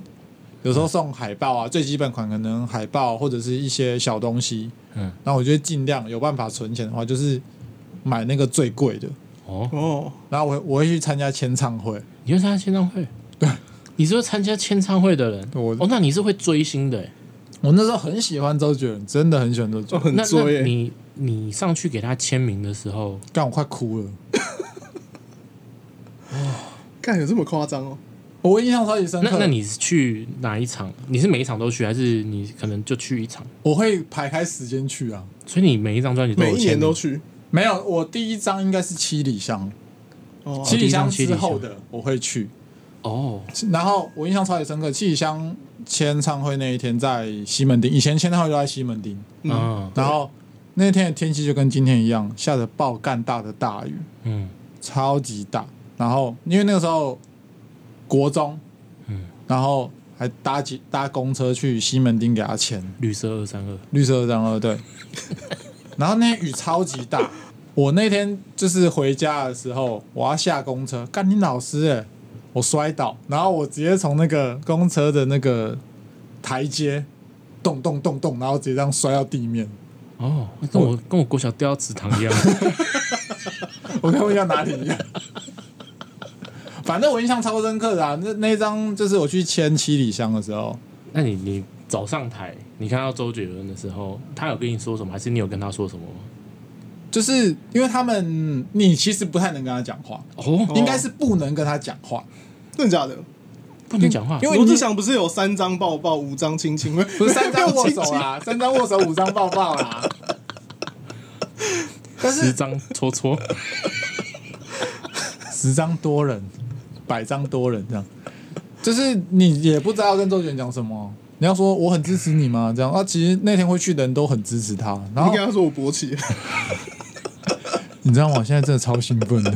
Speaker 1: 有时候送海报
Speaker 2: 嗯
Speaker 1: 啊，最基本款可能海报或者是一些小东西。
Speaker 2: 嗯，
Speaker 1: 那我就会尽量有办法存钱的话，就是买那个最贵的。
Speaker 2: 哦，
Speaker 3: 哦，
Speaker 1: 然后我会我会去参加签唱会，
Speaker 3: <laughs>
Speaker 2: 你就参加签唱会，
Speaker 1: 对
Speaker 2: 你是会参加签唱会的人，
Speaker 1: 我
Speaker 2: 哦，那你是会追星的欸，
Speaker 1: 我那时候很喜欢周杰伦，真的很喜欢周杰
Speaker 3: 就
Speaker 1: 伦，
Speaker 3: 很
Speaker 2: 那
Speaker 3: 作
Speaker 2: 那
Speaker 3: 耶。
Speaker 2: 你你上去给他签名的时候，
Speaker 1: 干我快哭了。
Speaker 3: 干有这么夸张哦？
Speaker 1: 我印象超级深
Speaker 2: 那
Speaker 1: 刻。
Speaker 2: 那你是去哪一场？你是每一场都去，还是你可能就去一场？
Speaker 1: 我会排开时间去啊？
Speaker 2: 所以你每一张专辑都
Speaker 3: 每
Speaker 2: 有
Speaker 3: 一
Speaker 2: 签
Speaker 3: 年都
Speaker 2: 名，
Speaker 3: 去
Speaker 1: 没有，我第一张应该是七里香，
Speaker 3: 哦，
Speaker 1: 七里香
Speaker 2: 七里
Speaker 1: 之
Speaker 2: 香
Speaker 1: 后的我会去。
Speaker 2: 哦，
Speaker 1: 然后我印象超级深刻，七里香签唱会那一天在西门町，以前签唱会都在西门町，
Speaker 3: 嗯，
Speaker 2: 嗯
Speaker 1: 然后那天的天气就跟今天一样，下着爆干大的大雨，
Speaker 2: 嗯
Speaker 1: 超级大。然后因为那个时候国中，
Speaker 2: 嗯，
Speaker 1: 然后还搭几搭公车去西门町给他签
Speaker 2: 绿色二三二，
Speaker 1: 绿色的张二对。然后那天雨超级大，我那天就是回家的时候，我要下公车，干你老师哎、我摔倒，然后我直接从那个公车的那个台阶咚咚咚咚，然后直接这样摔到地面。
Speaker 2: 哦，那跟我跟我国小掉到池塘一
Speaker 3: <laughs>
Speaker 2: 样，
Speaker 1: 我看一下哪里一样。反正我印象超深刻的啊，那那一张就是我去签七里香的时候，
Speaker 2: 那你你早上台，你看到周杰伦的时候，他有跟你说什么，还是你有跟他说什么吗？
Speaker 1: 就是因为他们你其实不太能跟他讲话，
Speaker 2: 哦，
Speaker 1: 应该是不能跟他讲话，
Speaker 3: 真的假的？
Speaker 2: 不能讲话，
Speaker 1: 因为
Speaker 3: 罗
Speaker 1: 你
Speaker 3: 志祥不是有三张抱抱，五张亲 <laughs> 亲吗？
Speaker 1: 不是三张握
Speaker 3: 亲
Speaker 1: 手 <laughs> 啦，啊三张握手，五张抱啊抱啦。但
Speaker 2: 十
Speaker 1: 是
Speaker 2: 张
Speaker 1: <laughs>
Speaker 2: 搓搓，
Speaker 1: 十张多人，百张多人这样，就是你也不知道要跟周杰伦讲什么。你要说我很支持你吗？这样啊，其实那天会去的人都很支持他。然
Speaker 3: 你
Speaker 1: 后
Speaker 3: 跟他说我勃起，
Speaker 1: 你知道吗？我现在真的超兴奋
Speaker 2: <laughs>
Speaker 1: 的。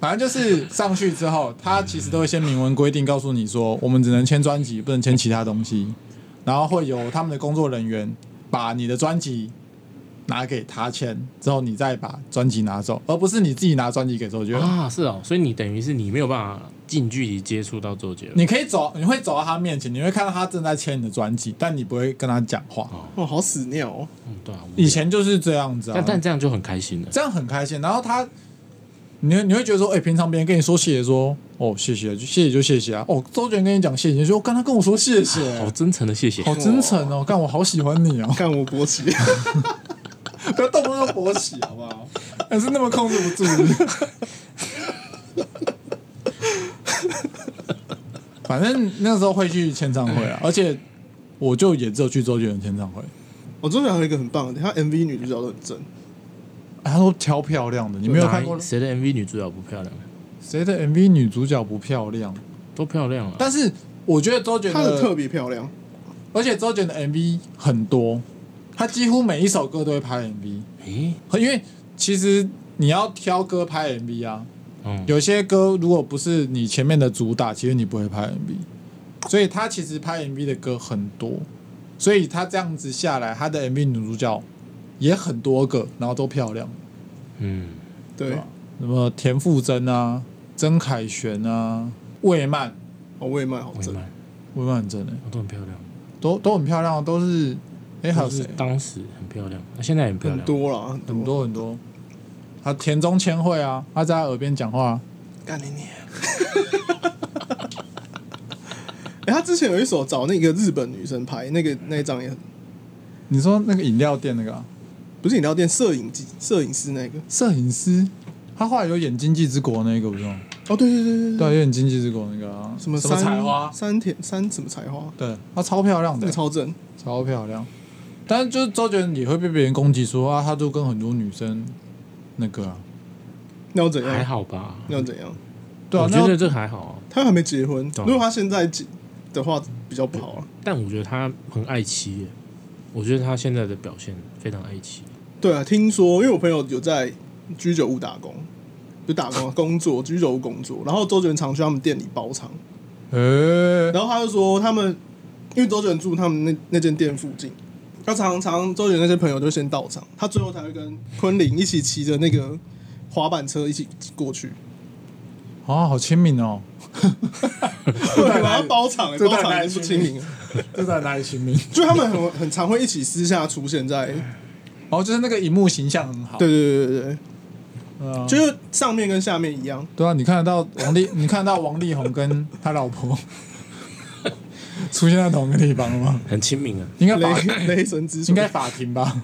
Speaker 1: 反正就是上去之后，他其实都会先明文规定告诉你说，我们只能签专辑，不能签其他东西。然后会有他们的工作人员把你的专辑拿给他签，之后你再把专辑拿走，而不是你自己拿专辑给周杰伦。
Speaker 2: 啊，是哦，所以你等于是你没有办法近距离接触到周杰伦，
Speaker 1: 你可以走，你会走到他面前，你会看到他正在签你的专辑，但你不会跟他讲话。
Speaker 3: 哦，好屎尿哦！
Speaker 2: 嗯，对啊，无聊
Speaker 1: 以前就是这样子啊。
Speaker 2: 但但这样就很开心了，
Speaker 1: 这样很开心。然后他，你会你会觉得说，哎、平常别人跟你说谢谢说，哦谢谢，就谢谢就谢谢啊。哦，周杰伦跟你讲谢谢，你说刚他跟我说谢谢，
Speaker 2: 好哦真诚的谢谢，
Speaker 1: 好真诚哦，干我好喜欢你 <laughs> 哦，
Speaker 3: 看我勃起， <laughs>
Speaker 1: 不要动不动就勃起好不好？还是那么控制不住。 <laughs> 反正那时候会去签唱会啊，而且我就也只有去周杰伦签唱会。
Speaker 3: 我周杰伦还有一个很棒的，他 MV 女主角都很正，
Speaker 1: 哎他都超漂亮的，你没有看过
Speaker 2: 哪一谁的 MV 女主角不漂亮？
Speaker 1: 谁的 MV 女主角不漂亮？
Speaker 2: 都漂亮了，
Speaker 1: 但是我觉得周杰
Speaker 3: 她
Speaker 1: 伦
Speaker 3: 的特别漂亮。
Speaker 1: 而且周杰伦的 MV 很多，他几乎每一首歌都会拍 MV，
Speaker 2: 诶，
Speaker 1: 因为其实你要挑歌拍 MV 啊，
Speaker 2: 嗯，
Speaker 1: 有些歌如果不是你前面的主打，其实你不会拍 MV，所以他其实拍 MV 的歌很多，所以他这样子下来，他的 MV 女主角也很多个，然后都漂亮，
Speaker 2: 嗯，
Speaker 3: 对，
Speaker 1: 吧什么田馥甄啊、曾凯旋啊、魏曼，
Speaker 3: 哦，魏曼好
Speaker 2: 我也
Speaker 3: 正，
Speaker 2: 蛮，
Speaker 1: 魏曼很正的、
Speaker 2: 我都很漂亮，
Speaker 1: 都都很漂亮，啊都是哎、还有
Speaker 2: 就是
Speaker 1: 谁？
Speaker 2: 当时很漂亮，那现在也很漂
Speaker 3: 很
Speaker 2: 亮，
Speaker 3: 多啦，
Speaker 1: 很。多很多。他田中千惠啊，他在他耳边讲话、啊，
Speaker 3: 干你娘！ <laughs> 哎，他之前有一首找那个日本女生拍，那个那一张也很，
Speaker 1: 你说那个饮料店那个、啊、
Speaker 3: 不是饮料店摄影机摄影师那个。
Speaker 1: 摄影师，他后来有演《经济之国》那个不是吗？
Speaker 3: 哦，对对对对
Speaker 1: 对，有演《经济之国》那个啊，
Speaker 3: 什么
Speaker 1: 什么
Speaker 3: 山
Speaker 1: 采花，
Speaker 3: 山田山什么采花，
Speaker 1: 对，她超漂亮的
Speaker 3: 那个，超正。
Speaker 1: 超漂亮。但是就是周杰伦也会被别人攻击说啊，他就跟很多女生那个啊，
Speaker 3: 那要怎
Speaker 2: 还
Speaker 3: 样？
Speaker 2: 好吧？
Speaker 3: 那要怎样？
Speaker 1: 对啊
Speaker 2: 我，觉
Speaker 1: 那
Speaker 2: 得这还好啊，
Speaker 3: 他还没结婚，
Speaker 2: 对
Speaker 3: 如
Speaker 2: 啊
Speaker 3: 果他现在结的话，比较不好啊。
Speaker 2: 但我觉得他很爱妻耶，我觉得他现在的表现非常爱妻。
Speaker 3: 对啊，听说因为我朋友有在居酒屋打工，就打工啊工作，居酒屋工作。然后周杰伦常去他们店里包场，
Speaker 1: 呃，
Speaker 3: 然后他就说他们因为周杰伦住他们那那间店附近，他常常周杰伦那些朋友就先到场，他最后才会跟昆凌一起骑着那个滑板车一起过去。
Speaker 1: 啊，好亲民哦，
Speaker 3: 对啊，然后包场、欸，
Speaker 1: 这
Speaker 3: 包
Speaker 1: 太
Speaker 3: 场
Speaker 1: 难
Speaker 3: 也不亲民啊。
Speaker 1: 这在哪里亲 <laughs> 民？
Speaker 3: 就他们很很常会一起私下出现在，
Speaker 1: 哦，就是那个荧幕形象很好，
Speaker 3: 对对对对对，
Speaker 1: 对啊
Speaker 3: 就是上面跟下面一样，
Speaker 1: 对啊，你看得到王力，你看得到王力宏跟他老婆出现在同一个地方吗？
Speaker 2: 很亲民啊，
Speaker 1: 应该法
Speaker 3: 雷雷神之
Speaker 1: 应
Speaker 3: 锤
Speaker 1: 该法庭吧？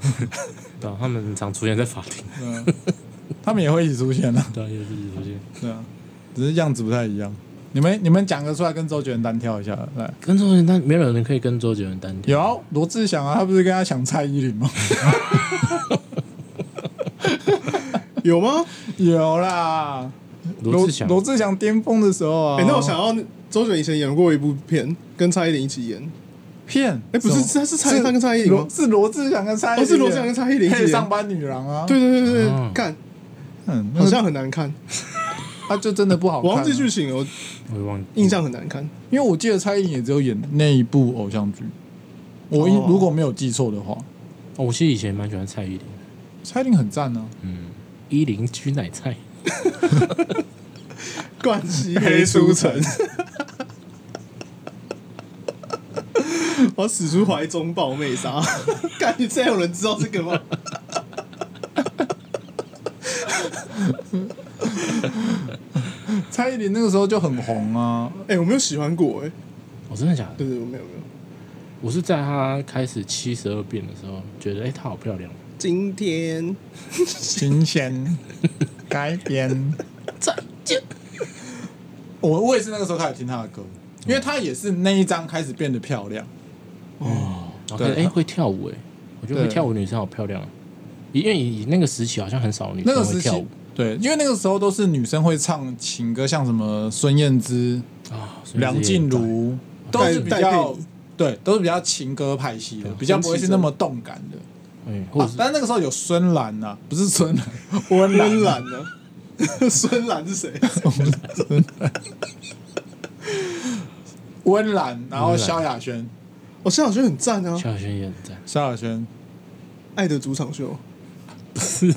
Speaker 2: 对啊，他们很常出现在法庭，
Speaker 1: 嗯， <laughs> 他们也会一起出现的、啊。
Speaker 2: 对啊，也是出现。
Speaker 1: 对啊，只是样子不太一样。你们你们讲个出来，跟周杰伦单挑一下来。
Speaker 2: 跟周杰伦单，没有人可以跟周杰伦单挑。
Speaker 1: 有啊罗志祥啊，他不是跟他抢蔡依林吗？ <laughs>
Speaker 3: 有吗？
Speaker 1: 有啦，
Speaker 2: 罗志祥，
Speaker 1: 罗志祥巅峰的时候啊。
Speaker 3: 哎、那我想要周杰伦以前演过一部片，跟蔡依林一起演，
Speaker 1: 骗，
Speaker 3: 哎、不是，
Speaker 1: 什么
Speaker 3: 他是蔡他跟蔡依林吗
Speaker 1: 罗？是罗志祥跟蔡依林，
Speaker 3: 哦是罗志祥跟蔡依林
Speaker 1: 配
Speaker 3: 是
Speaker 1: 上班女郎啊。
Speaker 3: 对，对对对
Speaker 2: 嗯
Speaker 3: 对，干、
Speaker 1: 嗯，
Speaker 3: 好
Speaker 1: 好像
Speaker 3: 像很难看，
Speaker 1: 他就真的不好
Speaker 3: 我
Speaker 1: 看
Speaker 3: 忘
Speaker 1: 啊。
Speaker 3: 记剧情了，我
Speaker 2: 我也忘
Speaker 3: 印象很难看。
Speaker 1: 因为我记得蔡依林也只有演那一部偶像剧，我一
Speaker 3: 哦
Speaker 1: 如果没有记错的话，
Speaker 2: 哦我其实以前蛮喜欢蔡依林的，
Speaker 1: 蔡依林很赞啊。
Speaker 2: 嗯，依林居奶菜，
Speaker 3: 冠希黑书城，我使出怀中抱妹杀，感觉真有人知道这个吗？ <laughs>
Speaker 1: 蔡依林那个时候就很红啊，
Speaker 3: 哎、我没有喜欢过哎、
Speaker 2: 我、哦真的假的？
Speaker 3: 对对，我没有没有。
Speaker 2: 我是在她开始七十二变的时候，觉得哎、她好漂亮，
Speaker 3: 今天
Speaker 1: 新鲜改编。
Speaker 2: 再见。
Speaker 1: 我我也是那个时候开始听她的歌，因为她也是那一张开始变得漂亮。
Speaker 2: 然后
Speaker 1: 对
Speaker 2: 看哎、会跳舞哎、我觉得会
Speaker 1: 对
Speaker 2: 跳舞的女生好漂亮、啊，因为以那个时期好像很少女
Speaker 1: 那
Speaker 2: 生
Speaker 1: 个
Speaker 2: 嗯会
Speaker 1: 时
Speaker 2: 跳舞
Speaker 1: 期，对，因为那个时候都是女生会唱情歌，像什么孙燕姿、
Speaker 2: 啊，所以
Speaker 1: 梁
Speaker 2: 这些
Speaker 1: 静
Speaker 2: 也
Speaker 1: 茹都是比
Speaker 3: 戴戴佩
Speaker 1: 较
Speaker 3: 妮
Speaker 1: 对，都是比较情歌派系的，比较不会是那么动感的。
Speaker 2: 嗯，或
Speaker 1: 啊
Speaker 2: 者是、
Speaker 1: 但那个时候有孙楠呐， <laughs> 不是孙楠，温
Speaker 3: 温
Speaker 1: 岚
Speaker 3: 岚呢？ <laughs> 孙岚是谁？
Speaker 1: 温岚，然后
Speaker 2: 温岚
Speaker 1: 萧亚轩，
Speaker 3: 我萧亚轩很赞啊，
Speaker 2: 萧亚轩也很赞，
Speaker 1: 萧亚轩，
Speaker 3: 《爱的主场秀
Speaker 2: 不是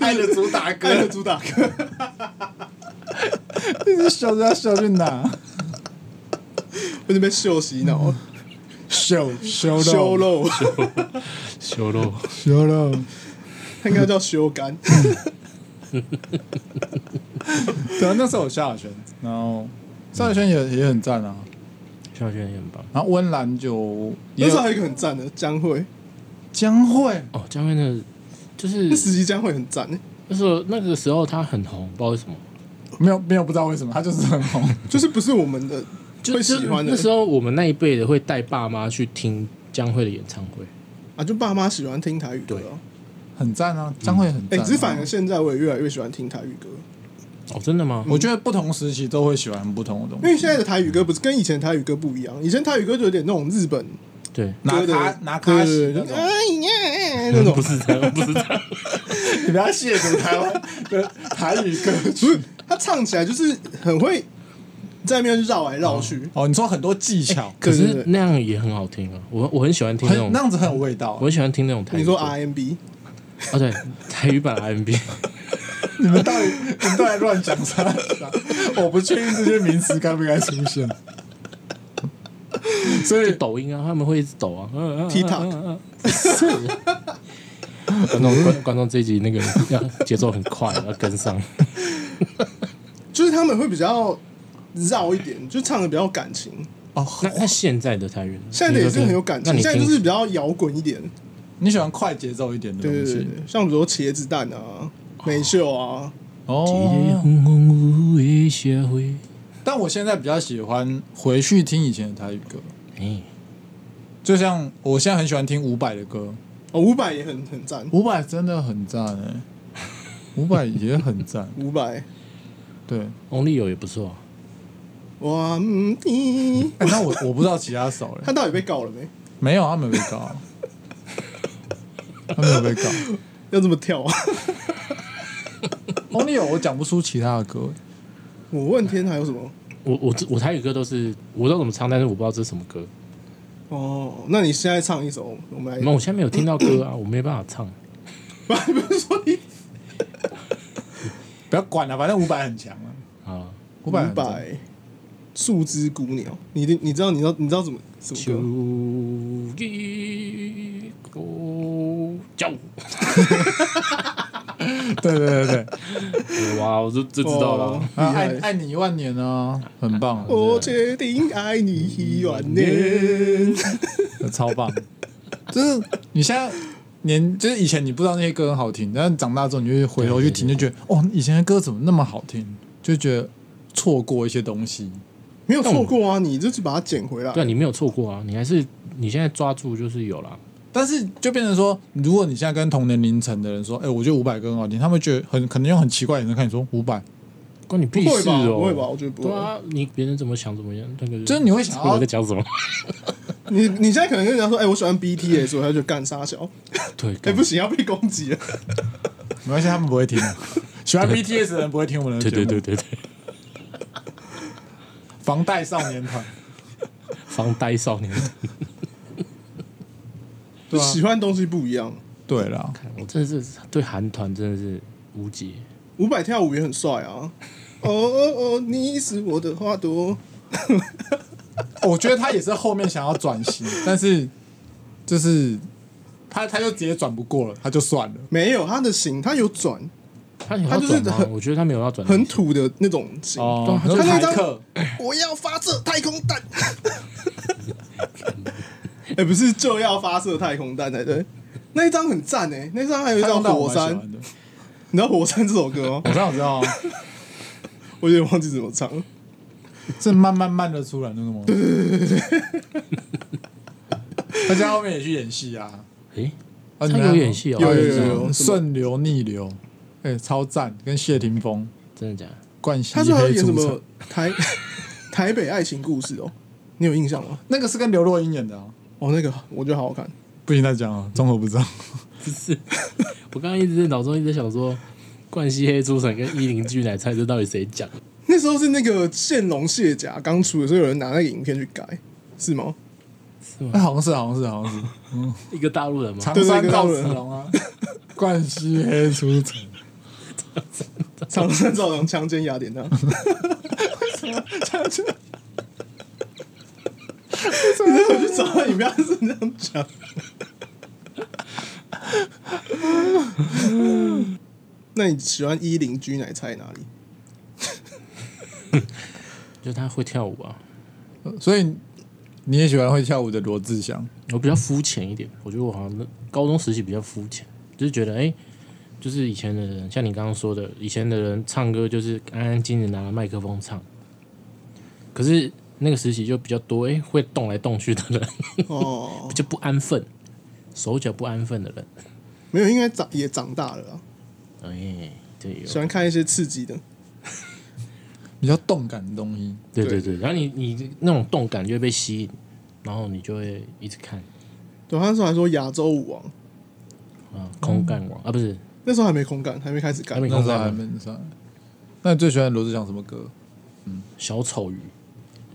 Speaker 1: 爱的主打》，
Speaker 3: 《爱的主打歌》
Speaker 1: 一直秀着要秀去哪？
Speaker 3: 我已经被秀洗脑了，
Speaker 1: 秀秀
Speaker 3: 修
Speaker 1: 肉
Speaker 3: 肉，
Speaker 2: <laughs> 修肉，
Speaker 1: 秀肉，
Speaker 3: 他应该叫修干。
Speaker 1: 对啊，那时候有萧亚轩，然后萧亚轩也也很赞啊，
Speaker 2: 萧亚轩也很棒。
Speaker 1: 然后温岚就
Speaker 3: 那
Speaker 1: <laughs> 也
Speaker 3: 时
Speaker 1: 有
Speaker 3: 候
Speaker 1: 嗯
Speaker 3: 还有一个很赞的江蕙，
Speaker 1: 江蕙，
Speaker 2: 哦，江蕙那个就是
Speaker 3: 那时期江蕙很赞欸，
Speaker 2: 那时候那个时候她很红，不知道为什么，
Speaker 1: 没有没有不知道为什么他就是很红，
Speaker 3: 就是不是我们的
Speaker 2: 就
Speaker 3: 会
Speaker 2: 就
Speaker 3: 喜欢的
Speaker 2: 那时候我们那一辈的会带爸妈去听江蕙的演唱会，
Speaker 3: 啊，就爸妈喜欢听台语歌啊。
Speaker 1: 很赞啊，江蕙很
Speaker 3: 哎，
Speaker 1: 赞啊。
Speaker 3: 只是反而现在我也越来越喜欢听台语歌，
Speaker 2: 哦，真的吗？
Speaker 1: 我觉得不同时期都会喜欢不同的东
Speaker 3: 因为
Speaker 1: 西，
Speaker 3: 现在的台语歌不是跟以前台语歌不一样，以前台语歌就有点那种日本
Speaker 2: 对，
Speaker 1: 拿
Speaker 3: 歌的
Speaker 1: 卡拿卡西那
Speaker 3: 对对对
Speaker 1: 种
Speaker 3: 哎呀那种
Speaker 2: 不，是这样，不是这样，
Speaker 1: <laughs> 你不要亵渎台湾的台语歌
Speaker 3: 不是他唱起来就是很会在那边绕来绕去，
Speaker 1: 哦，你说很多技巧，
Speaker 2: 可
Speaker 3: 对
Speaker 2: 是
Speaker 3: 对对
Speaker 2: 那样也很好听啊，我我很喜欢听那
Speaker 1: 很
Speaker 2: 种
Speaker 1: 那，样子很有味道
Speaker 2: 我。很喜欢听那种台语歌。
Speaker 3: 你说 RMB，
Speaker 2: 哦，对，台语版 RMB，
Speaker 1: 你们到底你们到底乱讲啥？ <laughs> 我不确定这些名词该不该出 <laughs> 现。所
Speaker 2: 就
Speaker 1: 以
Speaker 2: 抖音啊，他们会一直抖啊。嗯嗯嗯
Speaker 3: TikTok
Speaker 2: 嗯嗯嗯是观众观观众这一集那个要节奏很快，要跟上。
Speaker 3: 就是他们会比较绕一点，就唱的比较有感情。
Speaker 1: 哦，
Speaker 2: 那那现在的台语呢，
Speaker 3: 现在的也是很有感情，
Speaker 2: 你说
Speaker 3: 现在
Speaker 2: 听
Speaker 3: 就是比较摇滚一点，
Speaker 1: 你喜欢快节奏一点的
Speaker 3: 对
Speaker 1: 东
Speaker 3: 对对
Speaker 1: 西
Speaker 3: 对，像比如说茄子蛋啊、美秀啊，
Speaker 2: 一个
Speaker 1: 哦。
Speaker 2: 红红的社会，
Speaker 1: 但我现在比较喜欢回去听以前的台语歌，
Speaker 2: 哎，
Speaker 1: 就像我现在很喜欢听伍佰的歌，
Speaker 3: 哦，伍佰也很很赞，
Speaker 1: 伍佰真的很赞哎、 <laughs> 伍佰也很赞，
Speaker 3: 伍佰。
Speaker 1: 对。
Speaker 2: 翁立友也不错啊。
Speaker 3: 哇，嗯，咦
Speaker 1: 哎那我我不知道其他手
Speaker 3: 他
Speaker 1: 嘞，
Speaker 3: 到底被告了没？
Speaker 1: 没有，他没有被告， <laughs> 他没有被告。
Speaker 3: 要这么跳啊？ <laughs>
Speaker 1: Only 有我讲不出其他的歌，
Speaker 3: 我问天还有什么？
Speaker 2: 我我我台语歌都是我知道怎么唱，但是我不知道这是什么歌。
Speaker 3: 哦，那你现在唱一首，我们来。
Speaker 2: 那我现在没有听到歌 <coughs> 啊，我没办法唱。
Speaker 3: <laughs> 不是说你
Speaker 1: 不要管了，反正伍佰很强啊，
Speaker 2: 啊，
Speaker 1: 伍
Speaker 3: 伍
Speaker 1: 佰很强。
Speaker 3: 佰树枝孤鸟，你一定你知道你知道你知道怎么什
Speaker 2: 秋
Speaker 3: 么歌？
Speaker 2: 一个叫，
Speaker 1: 对对对对，
Speaker 2: 哇，我就就知道了。
Speaker 3: 哦
Speaker 1: 啊
Speaker 3: 厉害
Speaker 1: 爱爱你一万年啊，很棒，
Speaker 3: 我决定爱你一万年。
Speaker 1: 超棒。就是你现在年，就是以前你不知道那些歌很好听，但是长大之后你就会回头去听，就觉得哦，以前的歌怎么那么好听，就觉得错过一些东西。
Speaker 3: 没有错过啊，你就是把它捡回
Speaker 2: <laughs>
Speaker 3: 来。
Speaker 2: 对啊，你没有错过啊，你还是你现在抓住就是有啦。
Speaker 1: 但是就变成说，如果你现在跟同年龄层的人说，哎、我觉得伍佰歌很好听，他们会觉得很可能用很奇怪的眼神看你说伍佰，
Speaker 2: 关你
Speaker 3: 不
Speaker 2: 屁
Speaker 3: 会
Speaker 2: 事
Speaker 3: 吧？
Speaker 2: 哦、
Speaker 3: 不会吧？我觉得不
Speaker 2: 对
Speaker 3: 会。
Speaker 2: 啊，你别人怎么想怎么样，那个
Speaker 1: 就是你会想
Speaker 2: 我
Speaker 1: 要
Speaker 2: 在讲
Speaker 3: <laughs>
Speaker 2: 什么？
Speaker 3: 你你现在可能跟人家说，哎，我喜欢 BTS，我他就干傻小。
Speaker 2: 对，
Speaker 3: 哎，
Speaker 2: 干
Speaker 3: 不行，要被攻击了。
Speaker 1: 没关系，他们不会听的。喜欢 BTS 的人不会听我们的节
Speaker 2: 对
Speaker 1: 目。
Speaker 2: 对对对
Speaker 3: <laughs>
Speaker 2: 对，
Speaker 1: 防弹少年团，
Speaker 2: 防呆少年。
Speaker 1: <laughs> 对啊
Speaker 3: 喜欢的东西不一样。
Speaker 1: 对啦，
Speaker 2: 我真的是对韩团真的是无解。
Speaker 3: 伍佰跳舞也很帅啊。哦哦哦，你是我的花
Speaker 1: 哦
Speaker 3: 朵。
Speaker 1: 我觉得他也是后面想要转 <laughs> 型，但是就是他他就直接转不过了，他就算了。
Speaker 3: 没有他的型，他有转，
Speaker 2: 他有
Speaker 3: 他
Speaker 2: 要
Speaker 3: 就是
Speaker 2: 转吗
Speaker 3: 很？
Speaker 2: 我觉得他没有要转，
Speaker 3: 很土的那种型。
Speaker 1: 哦，
Speaker 2: 对啊
Speaker 1: 那
Speaker 3: 他那
Speaker 1: 台
Speaker 3: 张
Speaker 1: 客
Speaker 3: 我要发射太空弹。 <laughs> 哎、不是就要发射太空弹才对。那一张很赞哎、那一张还有一
Speaker 1: 他
Speaker 3: 张
Speaker 1: 用
Speaker 3: 《
Speaker 1: 到我
Speaker 3: 火
Speaker 1: 蛮喜
Speaker 3: 山》，
Speaker 1: 欢的，
Speaker 3: 你知道《火山》这首
Speaker 1: <laughs>
Speaker 3: 歌吗？
Speaker 1: 火山我知道啊，
Speaker 3: 我有点忘记怎么唱了。
Speaker 1: 是慢慢慢的出来那个吗？对对对对。他在后面也去演戏啊，
Speaker 2: 诶，
Speaker 1: 啊
Speaker 2: 他
Speaker 1: 你们
Speaker 2: 有演戏哦
Speaker 1: 有有
Speaker 3: 有有
Speaker 1: 有
Speaker 3: 有
Speaker 1: 有顺流逆流，哎，超赞，跟谢霆锋、
Speaker 2: 真的假的？
Speaker 1: 冠希
Speaker 3: 他说还有
Speaker 1: 黑
Speaker 3: 演
Speaker 1: 出
Speaker 3: 什么
Speaker 1: 场，
Speaker 3: 台 <laughs> 台北爱情故事哦、你有印象吗？
Speaker 1: 那个是跟刘若英演的啊，
Speaker 3: 哦，那个我觉得好好看。
Speaker 1: 不行再讲啊，综合不知道。
Speaker 2: 不是，我刚刚一直在脑中一直在想说，冠希黑猪神跟伊林巨奶菜这到底谁讲？
Speaker 3: 那时候是那个现龙卸甲刚出的时候，有人拿那个影片去改，是吗？
Speaker 1: 哎，好像是，好像是，好像是。
Speaker 2: 一个大陆人吗？
Speaker 1: 长山赵子龙 <laughs> 啊，冠希黑出城，
Speaker 3: 长山照常强奸雅典娜，你再回去找他影片，他是这样讲。那你喜欢一零居奶菜哪里？
Speaker 2: 就他会跳舞啊。
Speaker 1: 所以你也喜欢会跳舞的罗志祥，
Speaker 2: 我比较肤浅一点，我觉得我好像高中时期比较肤浅，就是觉得哎、就是以前的人，像你刚刚说的，以前的人唱歌就是安安静静拿着麦克风唱，可是那个时期就比较多哎、会动来动去的人，
Speaker 3: 哦，
Speaker 2: 就不安分，手脚不安分的人，
Speaker 3: 没有，应该长也长大了啊，
Speaker 2: 哎、对，有
Speaker 3: 喜欢看一些刺激的。
Speaker 1: 比较动感的东西。
Speaker 2: 对对对，然后你你那种动感就会被吸引，然后你就会一直看
Speaker 3: 对，他那时候还说亚洲舞王，嗯
Speaker 2: 啊，空干王、啊，不是
Speaker 3: 那时候还没空干，还没开始干
Speaker 2: 还。没
Speaker 1: 那
Speaker 2: 空
Speaker 1: 时候
Speaker 2: 干
Speaker 1: 还
Speaker 2: 王，
Speaker 1: 没上。那你最喜欢罗志祥什么歌？
Speaker 2: 小丑鱼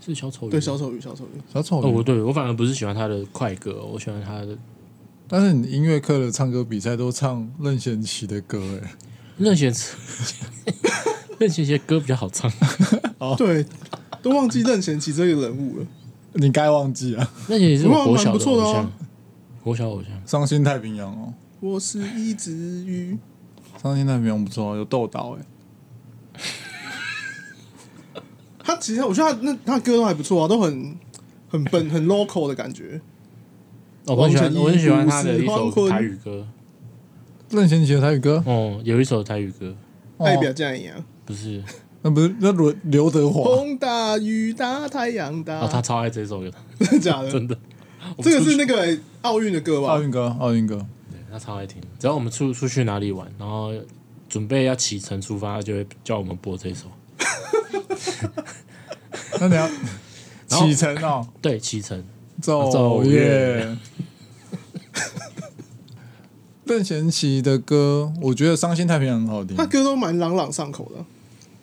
Speaker 2: 是小丑鱼，
Speaker 3: 对，小丑鱼，小丑鱼，
Speaker 1: 小丑
Speaker 2: 哦，我
Speaker 1: 鱼。
Speaker 2: 对我反而不是喜欢他的快歌，我喜欢他的
Speaker 1: 但是你音乐课的唱歌比赛都唱任贤齐的歌，哎，
Speaker 2: 任贤齐， <laughs> 任贤齐的歌比较好
Speaker 3: <laughs>
Speaker 2: 唱。
Speaker 3: 对，都忘记任贤齐这个人物了。
Speaker 1: 你该忘记啊。
Speaker 2: 任贤齐是我国小
Speaker 3: 不
Speaker 2: 的
Speaker 3: 错
Speaker 2: 偶
Speaker 3: 蛮不错的
Speaker 2: 像
Speaker 3: 啊，
Speaker 2: 国小偶像。
Speaker 1: 伤心太平洋哦，
Speaker 3: 我是一只鱼，
Speaker 1: 伤心太平洋不错，有豆岛哎。
Speaker 3: 他其实我觉得他那他歌都还不错啊，都很很本很 local 的感觉。
Speaker 2: 哦，我很喜
Speaker 3: 王
Speaker 2: 欢，
Speaker 3: 晨一
Speaker 2: 我很喜欢他的一
Speaker 3: 不是黄
Speaker 2: 首
Speaker 3: 昏
Speaker 2: 台语歌。
Speaker 1: 任贤齐的台语歌，
Speaker 2: 哦，有一首台语歌，
Speaker 1: 哦
Speaker 3: 代表这样一样，
Speaker 2: 不是
Speaker 1: 那不是那刘刘德华，
Speaker 3: 风大雨大太阳大，
Speaker 2: 哦，他超爱这首歌，
Speaker 3: <laughs> 真的假的？
Speaker 2: 真的。我
Speaker 3: 这
Speaker 2: 们
Speaker 3: 个
Speaker 2: 出
Speaker 3: 是
Speaker 2: 去
Speaker 3: 那个欸奥运的歌
Speaker 1: 奥
Speaker 3: 吧？
Speaker 1: 运歌，奥运歌。
Speaker 2: 对他超爱听。只要我们出出去哪里玩，然后准备要启程出发，他就会叫我们播这首。
Speaker 1: 那你要
Speaker 2: 然后
Speaker 1: 启程哦，
Speaker 2: 对，启程。
Speaker 1: 奏
Speaker 2: 奏
Speaker 1: 乐 <laughs>
Speaker 2: 乐。
Speaker 1: 任贤齐的歌，我觉得《伤心太平洋》很好听
Speaker 3: 他，歌都蛮朗朗上口的啊。